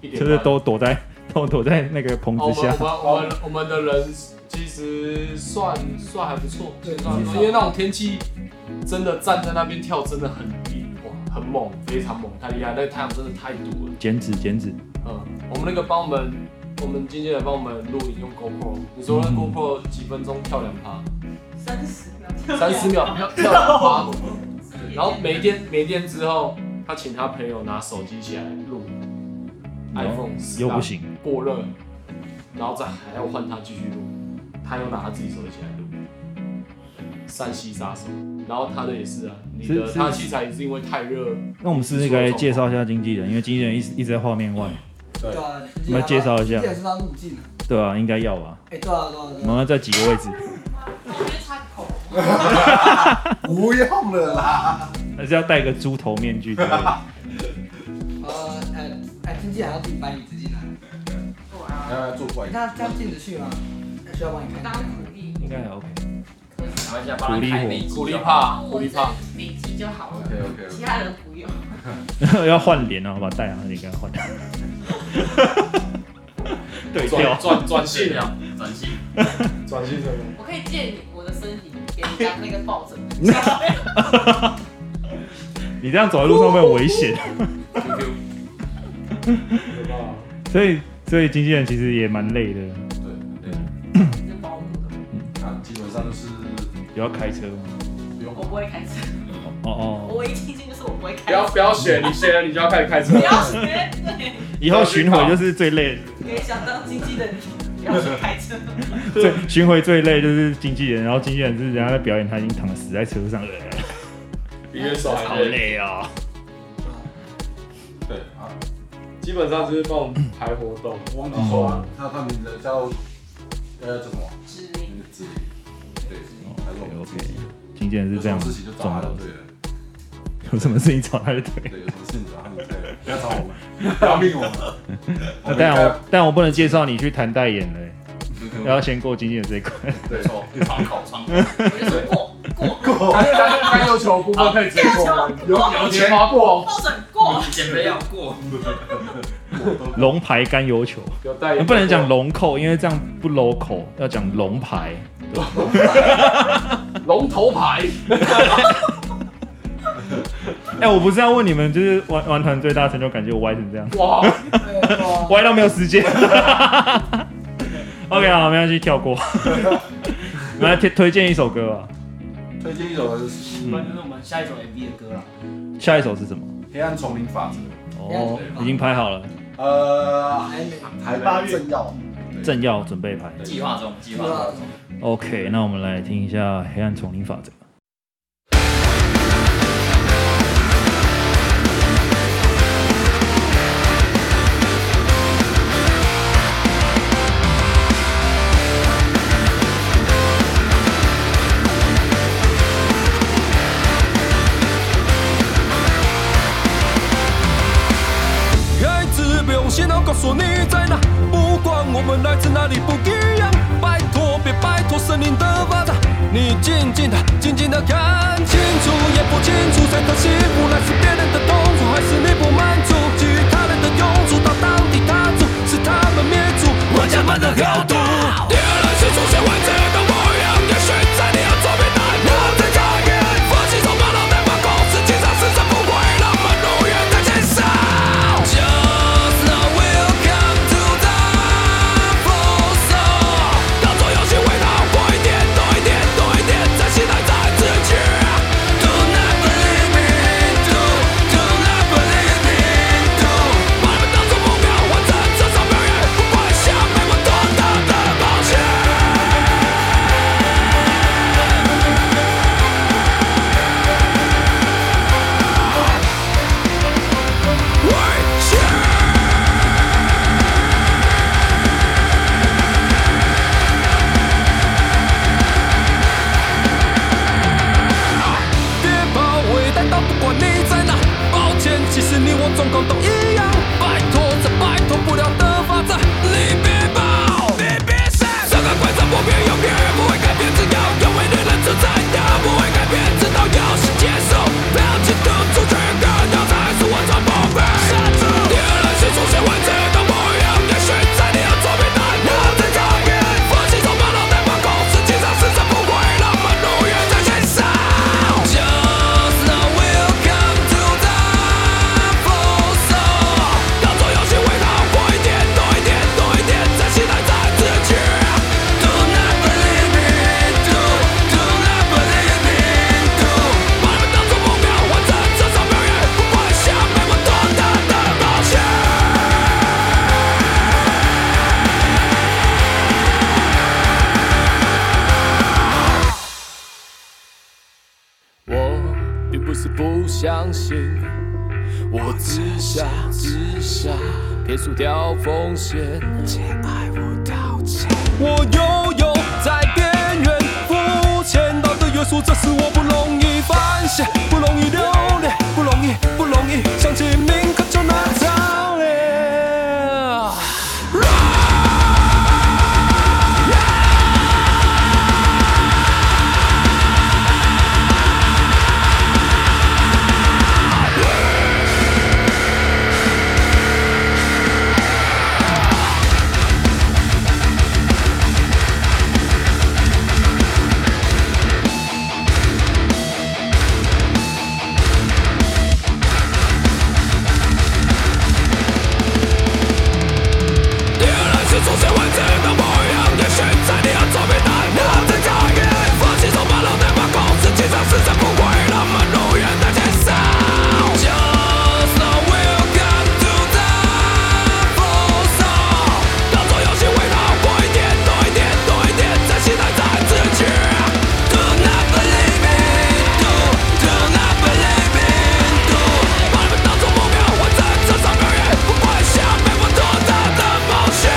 S4: 一点
S2: 就
S4: 半
S2: 是都躲在都躲在那个棚
S4: 哦
S2: 子下。
S4: 我们我们我们我们的人其实算算还不错，
S3: 对
S4: 嗯算还不错因为那种天气真的站在那边跳真的很哇很猛，非常猛，太厉害，那个太阳真的太毒了。
S2: <laughs> 剪纸剪纸，
S4: 嗯，我们那个帮我们我们经纪人帮我们录影用 GoPro，你说
S2: 嗯
S4: 那 GoPro 几分钟跳两趴，
S8: 三十秒，
S4: 三十
S8: <laughs>
S4: 秒跳跳两趴，然后没电没电之后，他请他朋友拿手机起来录
S2: 然后
S4: iPhone 10
S2: 嗯又不行，
S4: 过热，然后再还要换他继续录，他又拿他自己手机起来录，山西杀手，然后他的也是啊，你
S2: 是
S4: 的
S2: 是
S4: 他的器材也是因为太热，
S2: 那我们是不是应该介绍一下经纪人？因为经纪人一直一直在画面外，
S3: 对啊，
S2: 你们介绍一下
S3: 这也是他路径啊。
S2: 对吧、啊？应该要吧？
S3: 哎，对啊，对啊，对
S2: 然
S3: 啊。
S2: 后在几个位置？
S8: 我觉得插口。
S6: 不用了啦，
S2: 还是要戴个猪头面具之
S4: <laughs>
S2: 类的？
S3: 呃，哎哎，经纪人还要自己搬椅子进来。
S8: 对啊，
S6: 要做怪
S3: 你看他这样进得去吗？需要帮你看一
S8: 当
S3: 下。
S8: 鼓励，
S2: 应该还 OK。
S8: 可以
S5: 台湾现在帮他开美籍
S4: 鼓励
S5: 就好，
S4: 怕，鼓励怕，
S8: 美籍就好了
S6: OK OK，
S8: 其他人不用。
S2: <laughs> 要换脸啊，把戴上你给
S4: <laughs>
S2: 他换。对调
S4: 转。转转性啊，
S5: 转型
S4: <laughs> 转性什么？
S8: 我可以借你我的身体给你当那个抱枕，
S2: 你这样走在路上会不会危险，所以所以经纪人其实也蛮累的。
S6: 对
S8: 你是保姆的。
S6: 对，啊，基本上就是
S2: 有要开车吗？
S6: 不用
S8: 我不会开车，
S2: 哦哦，
S8: 我唯一庆幸就是我不会开
S4: 不要
S8: 车。
S4: 不要学，你学了你就要开始开车
S8: 不。要学，对，
S2: 以后巡回就是最累的，
S8: 没想到经济的你不要去开车。
S2: 最巡回最累就是经纪人，然后经纪人是人家在表演，他已经躺死在车上了，呃
S4: 比乐手
S2: 好
S4: 还累，
S2: 累哦。
S6: 对啊，
S4: 基本上就是帮我们排活动。啊
S6: 我忘记说了，他他名字叫呃叫什么？
S8: 指令
S6: 名字对，他是我们自己的
S2: 经纪人哦是
S6: 有
S2: 这
S6: 什
S2: 样
S6: 么，事情就找他就对了，
S2: 有什么事情找他
S6: <laughs>
S2: 就对。
S6: 对，有什么事情找他就对了，不要找我们，不要命
S4: 哦 <laughs>
S6: 我
S2: 那
S6: 们。
S2: 但我但我不能介绍你去谈代言
S6: <laughs>
S2: 嘞，
S6: 我
S2: 要先过经纪人这一关。
S6: 对，
S5: 窗口窗口，
S8: 我就说过过，
S4: 该要求部分可以直接
S8: 啊
S4: 过吗，哦有有钱花过，
S8: 抱枕
S5: <laughs>
S8: 过，
S5: 减肥要过，
S2: 龙牌甘油球，
S4: 有代言，
S2: 不能讲龙扣，因为这样不 local，要讲龙牌。
S4: 龙头牌，
S2: 哎、我不是要问你们，就是玩玩团最大的成就感，就歪成这样，
S4: 哇，
S3: 对
S2: 歪到没有时
S6: <laughs>
S2: 间。OK，好，没关系，跳过。
S6: <laughs>
S2: <laughs> 我们来推推荐一首歌吧，
S6: 推荐一首歌是
S7: 不然就是我们下一首 MV 的歌了。
S2: 下一首是什么？
S6: 《黑暗丛林法则》，
S2: 哦，已经拍好了，
S6: 呃，
S3: 还没
S6: 台
S3: 八
S6: 湾
S3: 月
S6: 政要，
S2: 正要准备拍。
S5: 计划中，计划
S3: 对啊
S5: 中。
S2: OK，那我们来听一下《黑暗丛林法则》。
S9: 孩子，不用先要告诉你在哪，不管我们来自哪里不一样。拜托，别拜托森林的巴掌，你静静的、静静的看清楚，也不清楚谁的幸福来自别人的痛楚，还是你不满足？基于他人的庸俗，到当地他主是他们灭族，玩家们的豪赌。第二人是出现未知的模样，也许在你要做面难，我在考验，放弃手把脑袋放空，实际上是什么会让我们如愿的减少。Just now we'll come to the full song，当作游戏味道，过一点多一点多一点，再期待再自觉。Do not believe me, do do not believe me, do。把你们当作目标，完成这场表演，不管下面有多大的冒险。危险。别把伟大当不管你在哪。抱歉，其实你我状况都一样。拜托，这摆脱不了的法则，你别跑，你别闪。这个规则不变，永远不会改变，只要有为的人存在，它不会改变，直到游戏结束。不要嫉妒，主角更要才是我的梦想。下注，第二人是出现未知的模样，也许在你要做面难，我在考验，放弃手把脑袋放空，实际上是这不会让我们如愿在线上。Just now we'll come to the full song，当作游戏味道，过一点多一点多一点，再期待再自觉。Do not believe me, do do not believe me, do。把你们当作目标，完成这场表演，不管下面有多大的冒险。我并不是不相信，我只想只想撇除掉风险，请爱我道歉。我游泳在边缘，肤浅道德约束，这是我不容易反省，不容易留恋，不容易不容易，想起名可就难操练。第二人是出现未知的模样，也许在你要做面难，我在考验，放弃手把脑袋放空，实际上是在不会让我们如愿的减少。Just now we'll come to the full song，当作游戏味道，过一点多一点多一点，再期待再自觉。Do not believe me, do do not believe me, do，把你们当作目标，完成这场表演，不管下面有多大的冒险。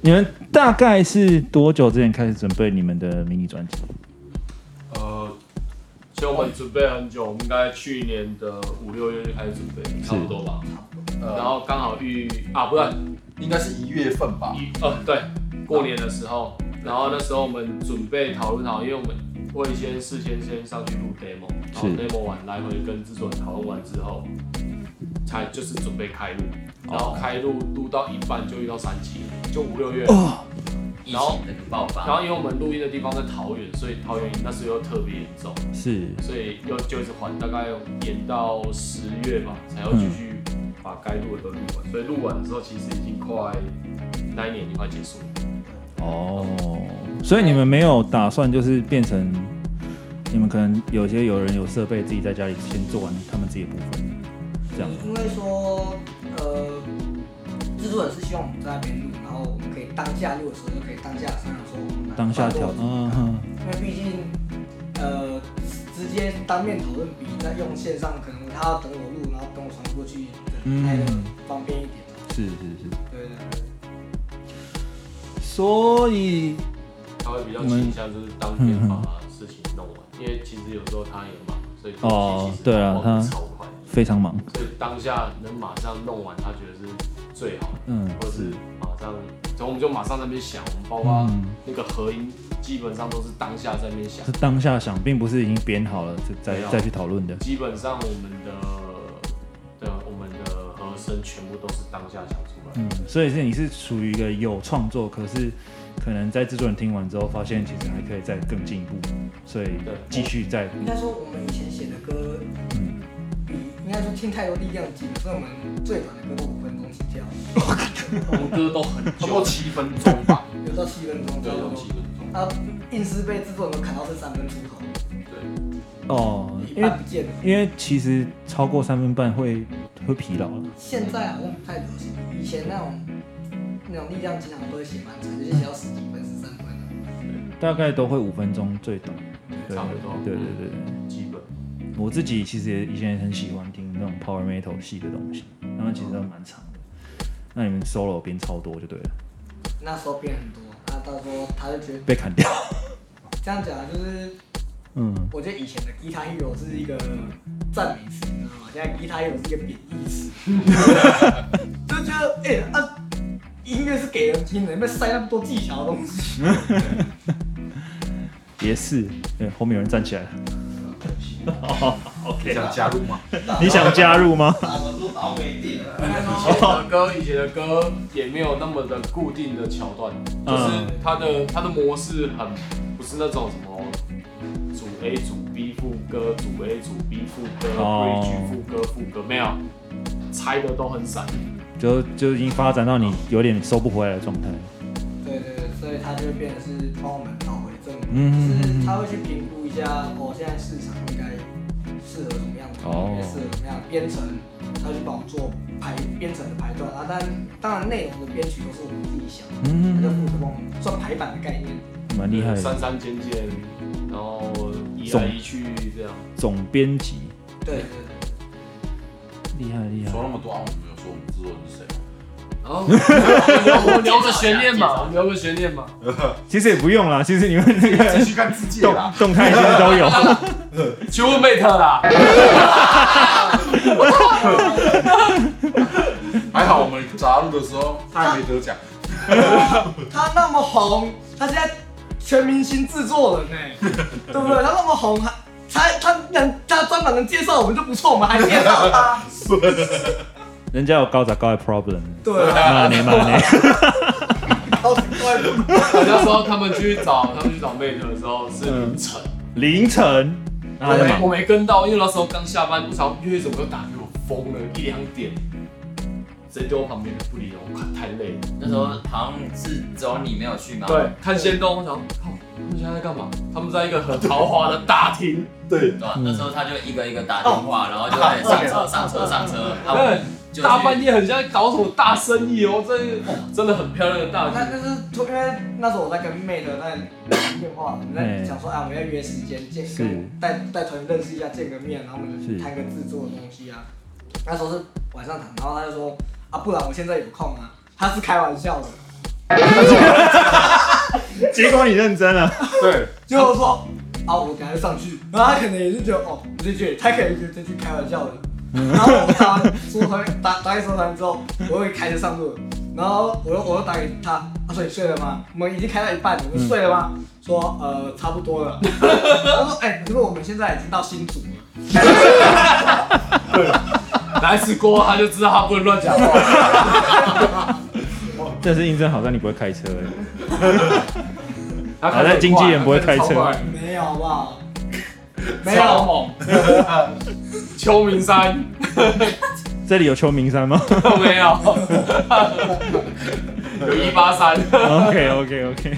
S2: 你们大概是多久之前开始准备你们的迷你专辑？
S4: 呃，其实我们准备很久，我们应该去年的五六月就开始准备，差不多吧。
S6: 呃
S4: 然后刚好遇啊，不对，
S6: 应该是一月份吧，
S4: 一呃对，过年的时候，然后那时候我们准备讨论好，因为我们会先事先先上去录 demo，然后
S2: 是
S4: demo 完来回跟制作人讨论完之后，才就是准备开录，然后开录录到一半就遇到三级，就五六月，
S5: 疫情的爆发，
S4: 然后因为我们录音的地方在桃园，所以桃园那时候又特别严重，
S2: 是
S4: 所以又就一直缓，大概延到十月吧，才要继续把该录的都录完。所以录完的时候，其实已经快那一年已经快结束了。
S2: 哦，所以你们没有哦打算就是变成，你们可能有些有人有设备，自己在家里先做完他们自己的部分，这样吗。
S3: 因为说，呃，制作人是希望我们在那边录，然后我们可以当下录的时候就可以当下商量说我们哪
S2: 当下
S3: 段
S2: 调
S3: 落，
S2: 嗯哼，
S3: 因为毕竟，呃，直接当面讨论比在用线上可能他要等我录，然后等我传过去，那个
S2: 嗯
S3: 方便一点。
S2: 是是是，
S3: 对对对。
S2: 所以
S4: 他会比较倾向就是当天把事情弄完，因为其实有时候他也忙，所以东西其实
S2: 哦对啊
S4: 他忘得
S2: 他
S4: 超快，
S2: 非常忙，
S4: 所以当下能马上弄完，他觉得是最好的。
S2: 嗯
S4: 或是马上，然后我们就马上在那边想，我们包括
S2: 嗯，
S4: 那个合音，基本上都是当下在那边想
S2: 是。当下想，并不是已经编好了再
S4: 没有
S2: 再再去讨论的，
S4: 基本上我们的的啊我们的和声全部都是当下想出来的。
S2: 嗯，所以是你是属于一个有创作，可是可能在制作人听完之后，发现其实还可以再更进一步，所以
S4: 对
S2: 继续再
S3: 应该说我们以前写的歌，
S2: 嗯
S3: 比应该说听太多力量级了，所以我们最短的歌都五分钟起跳，
S4: 我们歌都很
S2: <laughs>
S6: 差不多
S4: 久，
S6: 七分钟吧，
S3: 有到七分钟
S6: 对，
S3: 差不
S6: 有
S3: 多
S6: 七。分钟。
S3: 啊，硬是被制作人砍到是三分出头，
S6: 对，
S2: 哦，
S3: 一
S2: 因为
S3: 半不见了。
S2: 因为其实超过三分半会会疲劳了。
S3: 现在好像不太流行，以前那种那种力量经常都会写蛮长，就是写到十几分、十三分的。
S2: 大概都会五分钟最短。对
S4: 差不多嗯
S2: 对对对对，
S4: 基本
S2: 我自己其实也以前也很喜欢听那种 power metal 系的东西，他们其实都蛮长的。那你们 solo 编超多就对了，
S3: 那时候变很多，那到时候他就觉得
S2: 被砍掉。
S3: 这样讲啊就是，
S2: 嗯，
S3: 我觉得以前的 Guitar Hero 是一个赞美词，你知道吗？现在 Guitar Hero 是一个贬义词， <laughs> 就觉得哎、啊，音乐是给人听的，你们塞那么多技巧的东西。
S2: 也是。对，后面有人站 <laughs> 起来了。哦
S6: 你
S2: 啊
S6: 想加入吗？
S2: 你想加入 <laughs> 吗？
S7: 打什么都打没定了。
S4: 以前的歌，以前的歌也没有那么的固定的桥段，就
S2: 嗯
S4: 是它的它的模式很不是那种什么主 A 主 B 副歌，主 A 主 B 副歌
S2: 哦
S4: ，bridge 副歌副歌没有，拆的都很散。
S2: 就就已经发展到你有点收不回来的状态。
S3: 对对对，所以他就会变得是帮我们找回正轨，
S2: 嗯
S3: 就是他会去评估一下哦，现在市场应该适合什么样的音乐，
S2: 哦
S3: 适合什么样的编程，他去帮我做排编程的排段啊。当然，当然内容的编曲都是我们自己想的，他就负
S2: 嗯，
S3: 责帮我们算排版的概念。
S2: 蛮厉害
S4: 删
S2: 的，
S4: 删减减，然后移来
S2: 总
S4: 移去这样。
S2: 总编辑，
S3: 对对对，
S2: 厉害厉害。
S6: 说那么多啊，我们没有说我们制作人
S2: <laughs>
S6: 是谁吗？
S4: 然后哦我们留个悬念 <laughs> 吧，我们留个悬念吧。
S2: 其实也不用啦，其实你们那个
S6: 继续看自己
S2: 动 <laughs>
S6: 啦。
S2: 动态其实都 <laughs> 有。
S4: 去问妹特啦， <laughs>
S6: 还好我们杂入的时候他还没得
S2: <laughs>
S6: 奖，
S3: 他那么红，他现在全明星制作人呢、对不对？他那么红，还他他能他专门能介绍我们就不错，我们还介绍
S2: <laughs>
S3: 他，
S2: 人家有高砸高的 problem，
S3: 对啊，
S2: 骂你骂你。
S3: 到底
S4: 我那时候他们去找他们去找妹特的时候是
S2: 嗯
S4: 凌晨，
S2: 凌晨，然
S4: 我
S2: 后他
S4: 没
S2: 就
S4: 我
S2: 忙，
S4: 没跟到，因为那时候刚下班，不晓得乐怎么打给我疯了，一两点，直接丢我旁边不理我，看太累了。
S5: 那时候好像是只有你没有去嘛，
S4: 对，看仙东，我想靠，他们现在在干嘛？他们在一个很豪华的大厅，
S5: 对吧？那时候他就一个一个打电话，然后就在上车上车上车，啊，我们就
S4: 大半
S5: 去
S4: 夜很像在搞什么大生意哦，真的哦真的很漂亮的大厅
S3: 那。就是突因为那时候我在跟 Mate 在电话，我们在讲说，哎，我们要约时间见，
S2: 是
S3: 跟带带团认识一下，见个面，然后我们
S2: 是
S3: 就谈个制作的东西啊。那时候是晚上谈，然后他就说，啊，不然我现在有空啊。他是开玩笑的，
S2: <laughs> 结果你认真了，
S6: 对，
S3: 结果我说，啊，我等下就上去。然后他可能也是觉得，哦，这句他可能觉得这句开玩笑的。然后我打完说团打打一说团之后，我又开车上路了，然后我又我又打给他，他说你睡了吗？我们已经开到一半了，你睡了吗？说呃差不多了。他说哎、可是我们现在已经到新竹了。
S4: 来一次锅他就知道他不能乱讲话。
S2: 这是印证好像你不会开车哎、 <laughs>
S4: 他
S2: 好在经纪人不会开车
S3: 没有好
S4: <laughs>
S3: 不好？没
S4: 超
S3: 有，
S4: 猛。秋名山
S2: 这里有秋名 <laughs> 山吗
S4: 没 <laughs> 有，有一八三。
S2: ？OK OK OK 。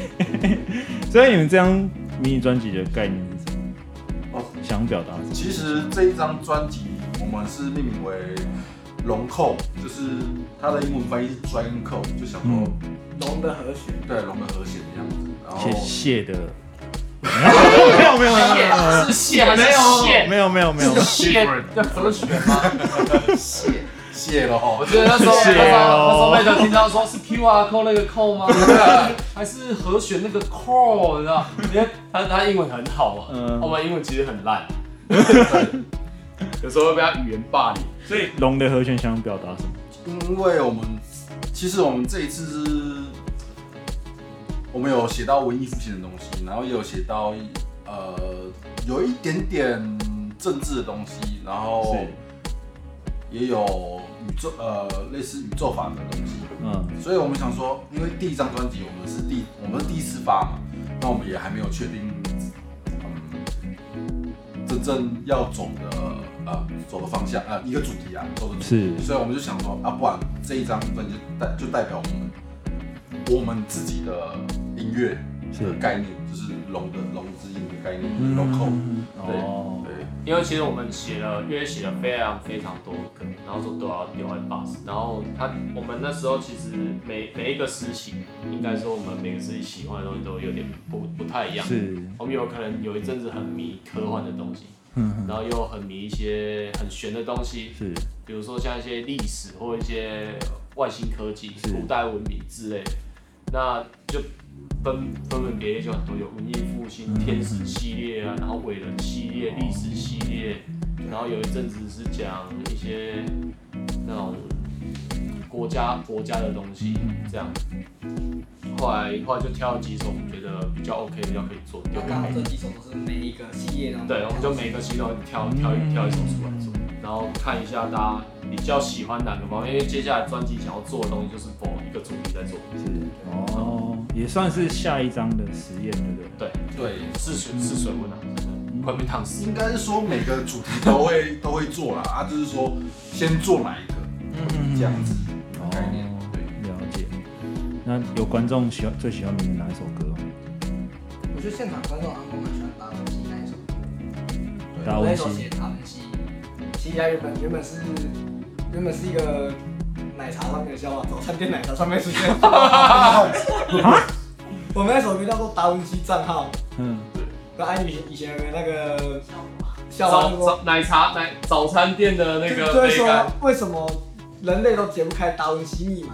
S2: <laughs> 所以你们这张迷你专辑的概念是什么？想表达什么？
S6: 其实这一张专辑我们是命名为“龙扣”，就是它的英文翻译是 “dragon code”，就想说、
S2: 哦
S3: 龙的和弦，
S6: 对龙的和弦的样子。然后
S2: 嗯谢谢 <laughs> 的。没有没有没有
S4: 哎是蟹还是蟹？
S2: 没有没有 <laughs> 没有没有，
S4: 蟹要怎么选吗？
S6: 谢了
S4: 我
S6: <laughs> 哦，
S4: 觉得那时候那
S2: 蟹
S4: 时候那时候
S2: 哦
S4: 被人听到说是 QR code 那个 code
S2: 啊
S4: 吗？还是和弦那个 call？你知道？因为他他英文很好嘛，
S2: 嗯
S4: 我们英文其实很
S2: <laughs>
S4: 烂，有时候会被他语言霸凌。
S2: 所以龙的和弦想表达什么？
S6: 因为我们其实我们这一次是，我们有写到文艺复兴的东西，然后也有写到呃有一点点政治的东西，然后也有宇宙呃类似宇宙法则的东西。
S2: 嗯，
S6: 所以我们想说，因为第一张专辑我们是第我们是第一次发嘛，那我们也还没有确定，嗯，真正要走的呃走的方向呃一个主题啊，走的主题，
S2: 是
S6: 所以我们就想说，啊，不然这一张专辑就代就代表我们我们自己的音乐的概念，就是龙的龙之音的概念，龙口，对
S2: 哦，
S6: 对，
S4: 因为其实我们写了，因为写了非常非常多歌，然后说都要丢在 bus，然后他我们那时候其实每每一个时期，应该说我们每个时期喜欢的东西都有点不不太一样。
S2: 是，
S4: 我们有可能有一阵子很迷科幻的东西，
S2: 嗯，
S4: 然后又很迷一些很玄的东西，
S2: 是，
S4: 比如说像一些历史或一些外星科技、
S2: 是
S4: 古代文明之类的，那就分分门别类就很多，有文艺复兴、天使系列啊，然后伟人系列、历史系列，然后有一阵子是讲一些那种国家国家的东西
S2: 嗯
S4: 这样。后来后来就挑了几首我们觉得比较 OK、比较可以做，丢
S3: 那
S4: 给
S3: 刚好
S4: 每
S3: 这几首都是每一个系列当中，
S4: 对，我们就每个系统挑挑一挑一首出来做，然后看一下大家比较喜欢哪个方面，因为接下来专辑想要做的东西就是否一个主题在做，
S2: 是，哦，也算是下一张的实验，对不对？
S4: 对，
S6: 对，
S4: 是水是水温啊，真的快被烫死
S6: 应。该是说每个主题都会都会做啦，啊，就是说先做哪一个，这样子的概念，
S2: 哦
S6: 对。
S2: 了解。那有观众喜欢最喜欢你们哪一首歌？
S3: 我觉得现场观众他们蛮喜欢达文西那一首，
S2: 达
S3: 那
S2: 文
S3: 一首写
S2: 西，
S3: 达文西，其实它原本原本是原本是一个奶茶上面的笑话，早餐店奶茶上面
S4: <laughs>
S3: 出现。我们那首歌叫做达文西账号，
S2: 嗯，
S3: 那安以以前有那个
S8: 笑话
S3: 笑话
S4: 早
S3: 就说，
S4: 早奶茶奶早餐店的那
S3: 就
S4: 个
S3: 会
S4: 杯
S3: 说
S4: 盖，
S3: 为什么人类都解不开达文西密码，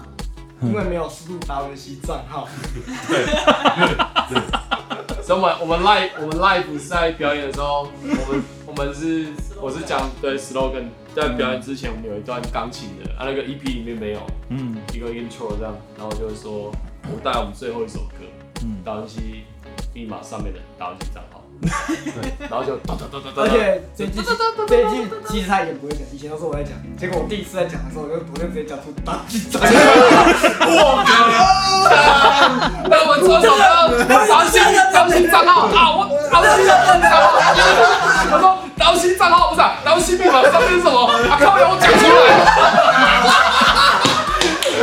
S4: 嗯
S3: 因为没有输入达文西账号。
S4: <laughs> 所以我们我们 live 我们 live 是在表演的时候，我们我们是我是讲对 slogan，在表演之前我们有一段钢琴的，啊那个 EP 里面没有，
S2: 嗯
S4: 一个 intro 这样，然后就是说，我带来我们最后一首歌，
S2: 嗯
S4: 达文西密码上面的达文西账
S2: <laughs>
S4: 号，对，然后就哒哒哒哒哒，
S3: 而且这一季这一季其实他也不会讲，以前都是我在讲，结果我第一次在讲的时候，我就我就直接讲出当机长。
S4: 那我左手的达文西达文西账号啊，我达文西账号，我说达文西账号不是啊达文西密码上面是什么？啊，靠呀，我讲出来。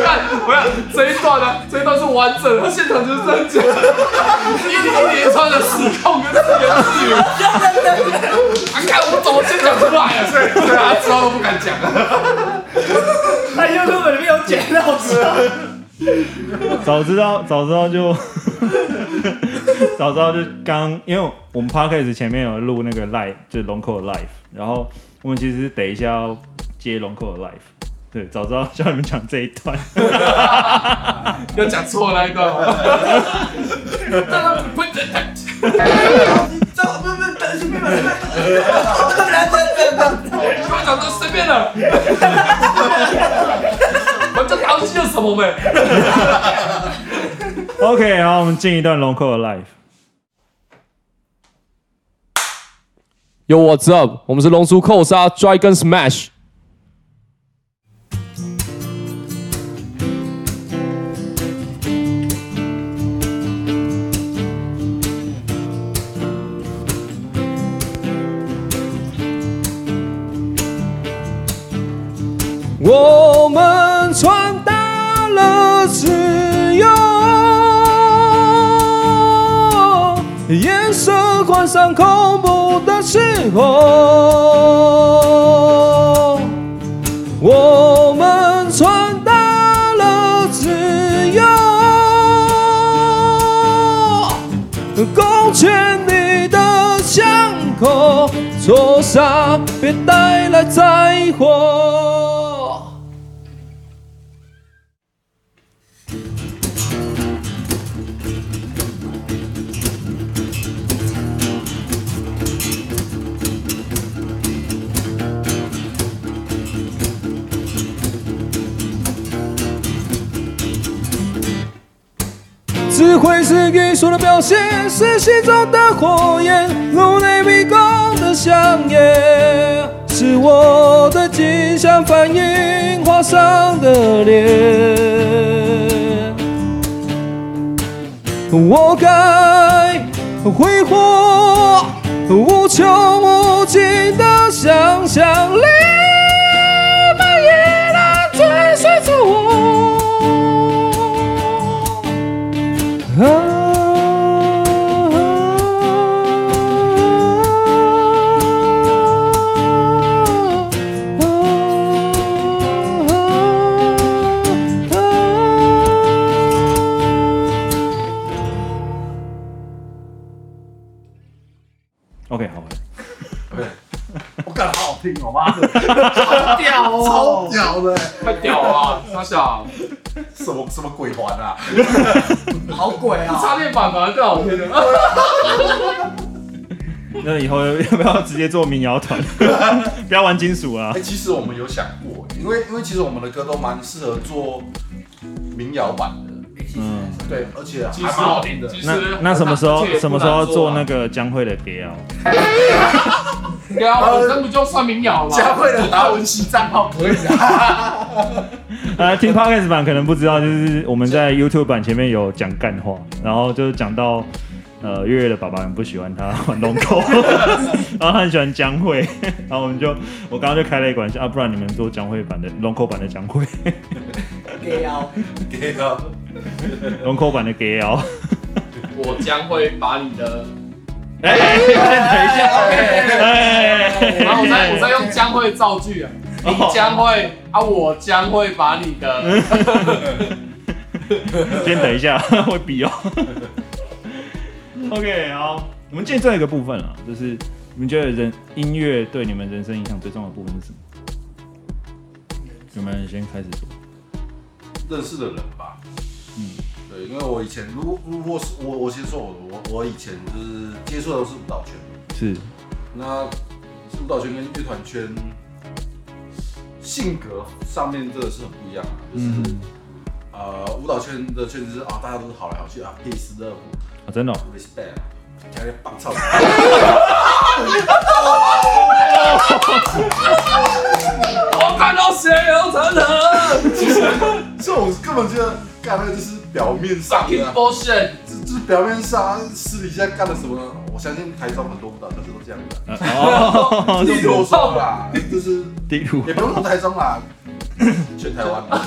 S4: 看，我想这一段呢，这一段是完整的，现场就是这样讲，一连串的失控跟自言自语。啊！看我怎么先讲出来了，对对啊，之后都不敢讲了。
S3: 他 YouTube 里面有剪到词，
S2: 早知道早知道就， <laughs> 早知道就刚，因为我们 podcast 前面有录那个 live，就是龙口的 live，然后我们其实等一下要接龙口的 live，对，早知道叫你们讲这一段， <laughs>
S4: 又讲错那一 <laughs> 段吗？不
S3: 这不不不，腾讯密码，当然真真的，
S4: 不要讲这随便了。 <laughs> 我这淘气了什么没？
S2: OK，好，我们进一段龙口的 live。
S9: Yo What's Up，我们是龙叔扣杀 Dragon Smash。我们传达了自由，颜色换上恐怖的时候，我们传达了自由，勾圈你的巷口，错杀别带来灾祸。智慧是艺术的表现，是心中的火焰，颅内迷宫的香烟，是我的镜像反映画上的脸。我该挥霍无穷无尽的想象力，มัน依然追随着我。啊！
S2: OK，好，
S6: 我感觉好好听哦，妈的，
S3: 屌
S6: 超！屌的，
S4: 太屌了，傻小，
S6: <laughs> 什么什么鬼环啊？
S3: 好鬼啊！
S4: 插电版反而更好听了。
S2: 那以后要不要直接做民谣团？ <laughs> 不要玩金属啊
S6: 哎、！其实我们有想过，因为因为其实我们的歌都蛮适合做民谣版的，
S2: 嗯，
S6: 对，而且还
S4: 其实
S6: 蛮好听 <laughs> 的。
S4: 其
S2: 那
S4: 实
S2: 那什么时候
S4: 而且也不啊
S2: 什么时候做那个江惠的别 <laughs> 啊？
S4: 难做啊？对啊，那不就算民谣吗？
S6: 佳慧的达文西账号可以啊，
S2: 呃，听 podcast 版可能不知道，就是我们在 YouTube 版前面有讲干话，然后就是讲到呃月月的爸爸很不喜欢他 <laughs> 玩龙口，然后他很喜欢江蕙， <laughs> 然后我们就我刚刚就开了一个玩笑啊，不然你们做江蕙版的龙口版的江蕙， <laughs>
S3: 给啊！
S6: 给啊，
S2: 龙口版的 gay 哦，
S4: 我将会把你 <laughs> 的，
S2: <laughs>
S4: <laughs>
S2: 哎，等一
S4: 哎
S2: 下，哎，
S4: 然后我再我再用将会造句啊，
S2: 哦
S4: 你将会啊，我将会把你
S2: <laughs>
S4: 的，
S2: 先等一下， <laughs> 会比哦。OK，好，我们今天最后一个部分啊，就是你们觉得人音乐对你们人生影响最重要的部分是什么？你们先开始说。
S6: 认识的人吧。嗯，对，因为我以前如果如果是我我先说我我我以前就是接触的都是舞蹈圈，
S2: 是，
S6: 那舞蹈圈跟乐团圈性格上面真的是很不一样啊，就是、
S2: 嗯
S6: 呃舞蹈圈的圈子是啊大家都是好来好去啊，peace love
S2: 啊，真的哦、
S6: respect，加点棒操。
S4: 我看到血流成河
S6: 这种根本就干那个就是表面上的啊，
S4: ，bullshit，
S6: 这这是表面上啊，私底下干了什么呢？我相信台中很多舞蹈圈都这样的啊。
S2: 呃
S6: <laughs>
S2: 哦，
S6: 例如说啦，
S2: <laughs>
S6: 就是
S2: 第五。
S6: 也不用说台中啦，全台湾啦。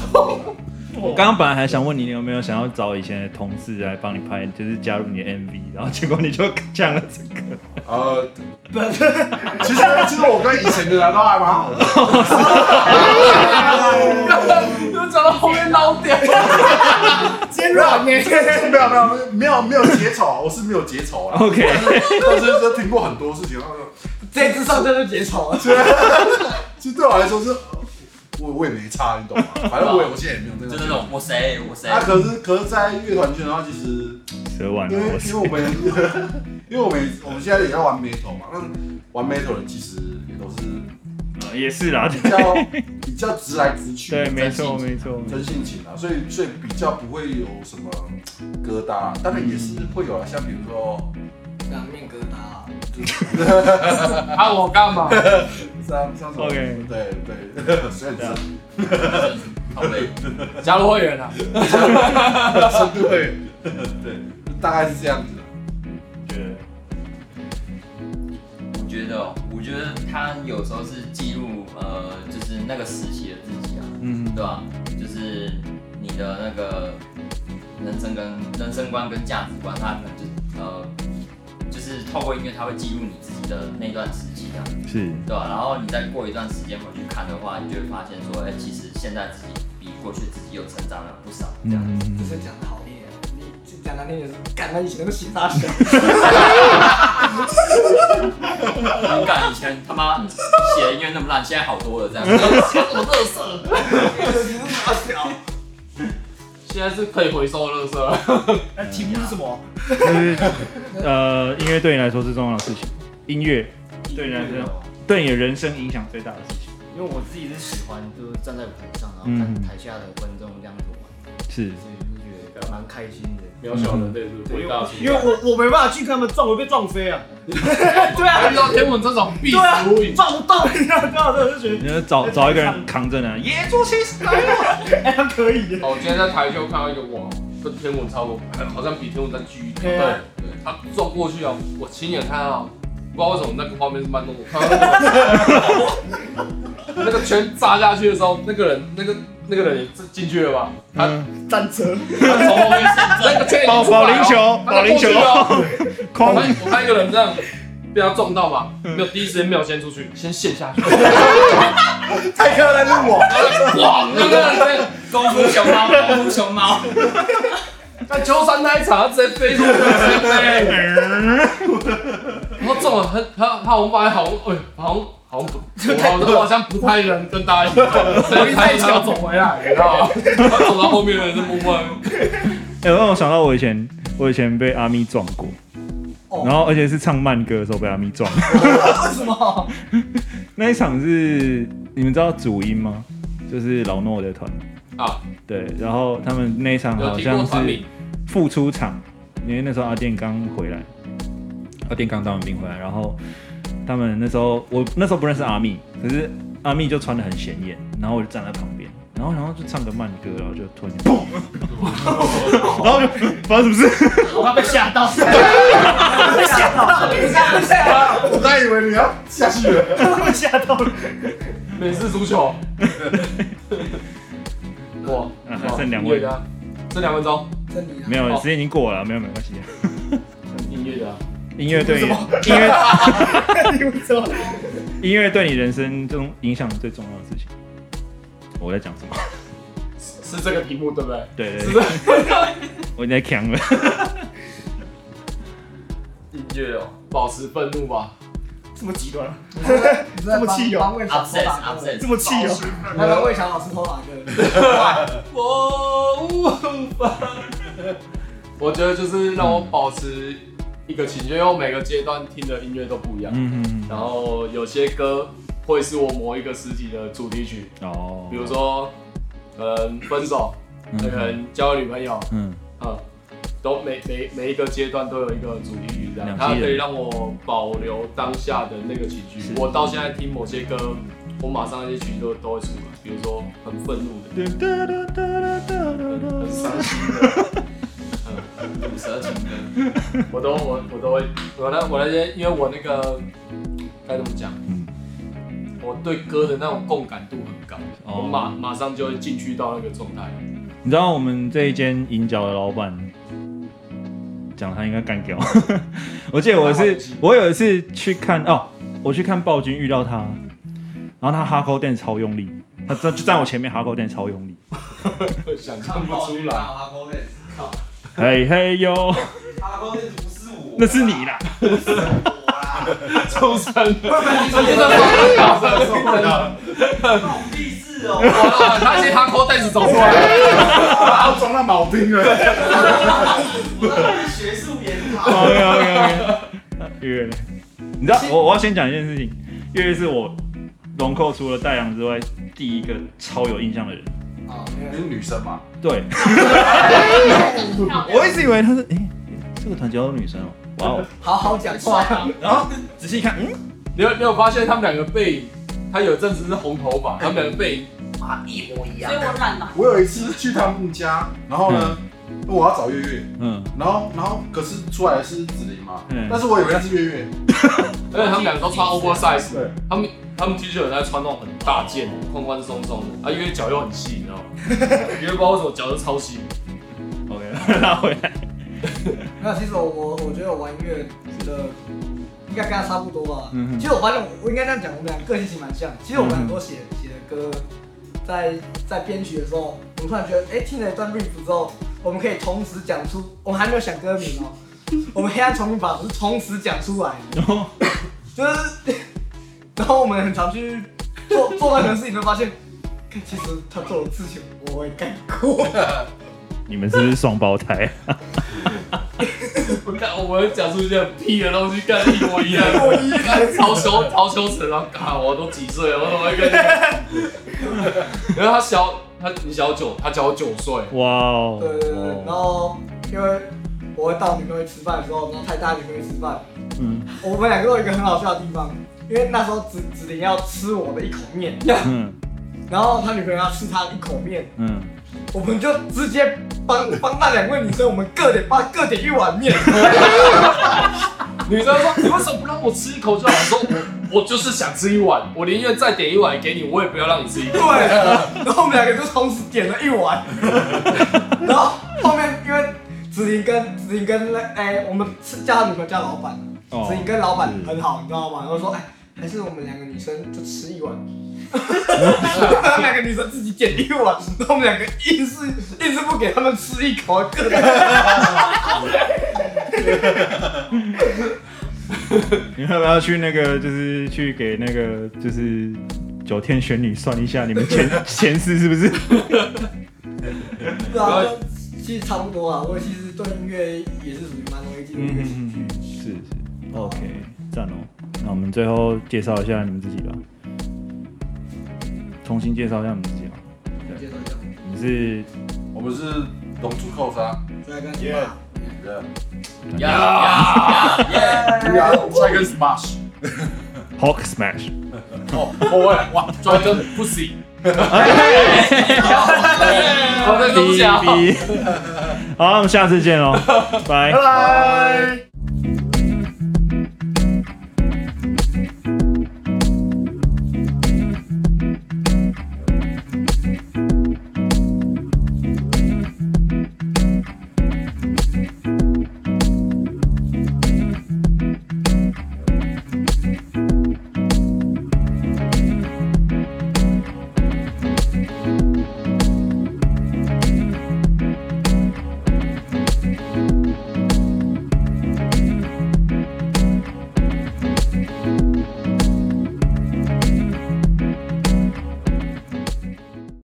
S2: 我刚刚本来还想问你，你有没有想要找以前的同事来帮你拍，就是加入你的 MV，然后结果你就讲了这个。
S6: 呃， <laughs> 其实其实我跟以前的人都还蛮好的，
S4: 就讲到后面捞掉，
S6: 没有没有没有没有没有结仇啊，我是没有结仇啊，
S2: OK，
S6: 但是就听过很多事情，然后就
S3: 这只上就是结仇了，
S6: 其实对我来说是，呃我我也没差，你懂吗？反正我也我现在也没有那
S5: 就
S6: 个
S5: 那。种我谁我谁
S6: 啊，可是可是，在乐团圈的话，其实
S2: 蛇丸
S6: 因为
S2: 我
S6: 因
S2: 是
S6: 为我们因为我们我们现在也在玩 metal 嘛，那玩 metal 的其实也都是
S2: 呃也是啦，
S6: 比较比较直来直
S2: <laughs>
S6: 去，
S2: 对，没
S6: 真性
S2: 错
S6: 情
S2: 没错，没错
S6: 真性情啊，所以所以比较不会有什么疙瘩，当然也是会有啊，像比如说
S3: 两面疙瘩啊。
S4: 啊，我干嘛？
S6: 这样这样子
S2: OK
S6: 对对， <laughs> 所以这
S5: 好累，
S4: 加入会员啊，
S2: 啊
S6: 深度会，对， <laughs> 大概是这样子。
S2: 觉
S5: 我觉
S2: 得
S5: 得哦，我觉得他有时候是记录呃，就是那个时期的自己啊，
S2: 嗯
S5: 对吧？就是你的那个人生跟人生观跟价值观，他可能就呃，就是透过音乐，他会记录你自己的那段时期啊，
S2: 是
S5: 对吧？然后你再过一段时间回去看的话，你就会发现说，哎、其实现在自己比过去自己又成长了不少，这样。
S2: 嗯
S3: 就是讲的好听点，你讲难听点是干那以前那个洗发水，
S5: 勇敢以前他妈写的音乐那么烂，现在好多了这样。我乐色。
S3: 傻小，
S4: 现在是可以回收垃圾了。
S3: 那题目是什么？
S2: 就是呃，音乐对你来说是重要的事情，音乐对你来说，对你的人生影响最大的事情
S7: 因为我自己是喜欢就是站在舞台上，然后看
S2: 嗯
S7: 台下的观众这样子玩，
S2: 是
S7: 所以就觉得蛮开心的。
S4: 渺小人类是伟 <laughs> 大的，
S10: 因为我我没办法去跟他们撞，我被撞飞啊。对啊，
S4: 遇到天文这种必
S10: 对啊
S4: 死无疑，，
S10: 撞不动，你知道吗？我就觉得
S2: 你要找找一个人扛着呢，耶！
S10: 哎，他可以的。
S4: 哦，我今天在台球看到一个哇，跟天文超过，好像比天文再巨一点。
S10: 对啊
S4: 对，他撞过去啊，我亲眼看到，不知道为什么那个画面是慢动作，看到那个 <laughs> 那个圈炸下去的时候，那个人那个那个人也进去了吧？他
S10: 战车，
S4: 他从后 <laughs> 面那个圈已
S2: 保
S4: 经出
S2: 嗯保
S4: 来
S2: 龄
S4: 了
S2: 球，
S4: 他
S2: 保龄球
S4: 过去，了我
S2: 空
S4: 看我看一个人这样被他撞到嘛，没有第一时间没有先出去，先陷下去。
S6: 泰克来问我，
S4: 哇，那个人
S5: 功夫熊猫，功夫熊猫，
S4: 在秋山那一场，他直接飞出去，直接飞。然后中了，他他他红白好像，哎、好像好像不，我好像我好像不太能跟大家一起，所以他一定要走回来，你知道吗？他走到后面的人就默默地
S2: 哎，让我想到我以前，我以前被阿咪撞过，
S3: 哦
S2: 然后而且是唱慢歌的时候被阿咪撞。哦
S3: 为什么？
S2: <laughs> 那一场是你们知道主音吗？就是老诺的团，
S4: 啊，
S2: 对，然后他们那一场
S4: 有
S2: 好
S4: 听过
S2: 像
S4: 团
S2: 是
S4: 名，
S2: 复出场，因为那时候阿健刚回来，阿健刚当完兵回来，然后他们那时候我那时候不认识阿密，可是阿密就穿的很显眼，然后我就站在旁边，然后然后就唱个慢歌，然后就突然间砰，然后就发生什么事？
S10: 我怕被吓到。
S6: 我刚以为你要下去了。
S10: 吓到了，
S4: 美式足球。哇，
S2: 啊
S4: 哇
S2: 剩两位
S4: 音乐家，剩两分钟，
S3: 真理啊
S2: 没有，时间已经过了，没有没关系。
S4: 音乐家。
S2: 音乐对你音乐音乐对你人生中影响最重要的事情。我在讲什么？
S4: 是这个题目对不对？
S2: 对
S4: 是这
S2: 对对，
S4: 个
S2: 我已经在讲了。
S4: 音乐哦，保持愤怒吧。
S10: 这么极端啊，
S3: 你在
S10: 这么
S3: 帮
S10: 气哦
S3: 帮魏翔偷
S5: upset
S3: 打歌，
S10: 这
S5: upset，
S10: 么气哦。
S3: 还帮魏翔老啊师偷打歌。
S4: 我无法。我觉得就是让我保持一个情绪，因为我每个阶段听的音乐都不一样。
S2: 嗯嗯
S4: 然后有些歌会是我某一个时期的主题曲，
S2: 嗯，哦，
S4: 比如说，嗯，分手，那个人交女朋友，
S2: 嗯，
S4: 嗯，都每每每一个阶段都有一个主题曲，这样
S2: 两
S4: 它
S2: 极
S4: 可
S2: 人
S4: 以让我保留当下的那个情绪。我到现在听某些歌，我马上那些情绪都都会出来，比如说很愤怒的，很伤心的，
S5: 毒蛇情歌。
S4: 我都我我都会，我那我那些，因为我那个该怎么讲，我对歌的那种共感度很高，
S2: 哦
S4: 我马马上就会进去到那个状态。
S2: 你知道我们这一间银角的老板，讲他应该干掉。 <laughs> 我记得我是我有一次去看哦，我去看暴君遇到他，然后他哈扣垫超用力，他站就站我前面哈扣垫超用力，
S4: 想看不出
S3: <laughs>
S4: 来，
S3: 阿公嘞，
S2: 嘿嘿哟，
S3: 阿公嘞不是我，
S2: 那是你啦。
S4: 出生了，
S3: 我屁事哦。
S4: 哇他先哈扣袋子走出来，
S6: 把我撞到铆钉了。
S3: 学术研
S2: OK OK OK。月月呢，你知道我我要先讲一件事情，月月是我龙扣除了戴阳之外第一个超有印象的人。
S3: 讨。
S6: 你是女生嘛？
S2: 对，
S8: 漂亮
S2: 我一直以为他是哎、这个团结都是女生哦，哇哦！
S3: 好好讲啊话。
S2: 然后仔细看，嗯，
S4: 你有你有发现他们两个背影，他有一阵子是红头发，他们两个背影
S7: 妈一模一
S8: 所以我染了。
S6: 我有一次去他们家，然后呢，我要找月月，
S2: 嗯，
S6: 然后然后可是出来是子琳嘛
S2: 嗯，
S6: 但是我以为那是月月，
S4: 而且他们两个都穿 oversize，
S6: 对
S4: 他们他们 T 恤有在穿那种很大件、宽宽松松的，啊，因为脚又很细，你知道吗？ <laughs> 因为不知道为什么脚就超细，
S2: ，OK，拉回来，
S3: 没有，其实我我我觉得我玩音乐的应该跟他差不多吧。
S2: 嗯哼嗯
S3: 其实我发现我我应该这样讲，我们俩个性其实蛮像。其实我们很多写写的歌，在在编曲的时候，我们突然觉得，哎、听了一段 riff 之后，我们可以同时讲出，我们还没有想歌名哦、我们黑暗丛林法则是同时讲出来的，
S2: <laughs> 然后
S3: 就是，然后我们很常去做做任何事情，都发现，看其实他做的事情我也干过。
S2: 你们是不是双胞胎？
S4: 我看我们讲出一些很屁的东西，干一模 <laughs> 一样，干超羞超羞耻，然后嘎，我都几岁了，我怎么会跟你？ <laughs> 然后他小他你小九，他小我九岁，
S2: <laughs> 哇哦，
S3: 对对对，然后因为我会带我女朋友去吃饭的时候，然后带大女朋友去吃饭，
S2: 嗯
S3: 我们两个都有一个很好笑的地方，因为那时候子子林要吃我的一口面，
S2: 嗯
S3: 然后他女朋友要吃他的一口面，
S2: 嗯，
S3: 我们就直接帮帮那两位女生，我们各点帮各点一碗面，
S4: 女生说：“你为什么不让我吃一口就好？”我说：“我我就是想吃一碗，我宁愿再点一碗给你，我也不要让你吃一口。
S3: 对，
S4: <laughs>
S3: 然后我们两个就同时点了一碗，然后后面因为子林跟子林跟那哎、我们是叫他女朋友叫老板，
S2: 哦
S3: 子林跟老板很好，你知道吗？然后说哎、还是我们两个女生就吃一碗。他们两个女生自己点一碗，然后我们两个硬是硬是不给他们吃一口，啊各
S2: 你们要不要去那个，就是去给那个，就是九天玄女算一下你
S3: <laughs>
S2: 们前前世是不是？
S3: 对啊，就其实差不多啊。我其实对音乐也是属于蛮容易进入一
S2: 嗯
S3: 个情绪。
S2: 是是，OK，赞哦。那我们最后介绍一下你们自己吧，重新介绍一下你们自己吧。
S3: 你介绍一下，
S2: 你是
S6: 我们是龙珠扣杀，
S3: 再来跟你爸。
S5: 呀呀呀！
S6: 对啊，再跟 smash，
S2: Hawk Smash，
S6: 哦，我会哇，
S4: 抓一根不行，
S2: <laughs> 哦哔哔。好，我们下次见喽，拜。
S6: 拜。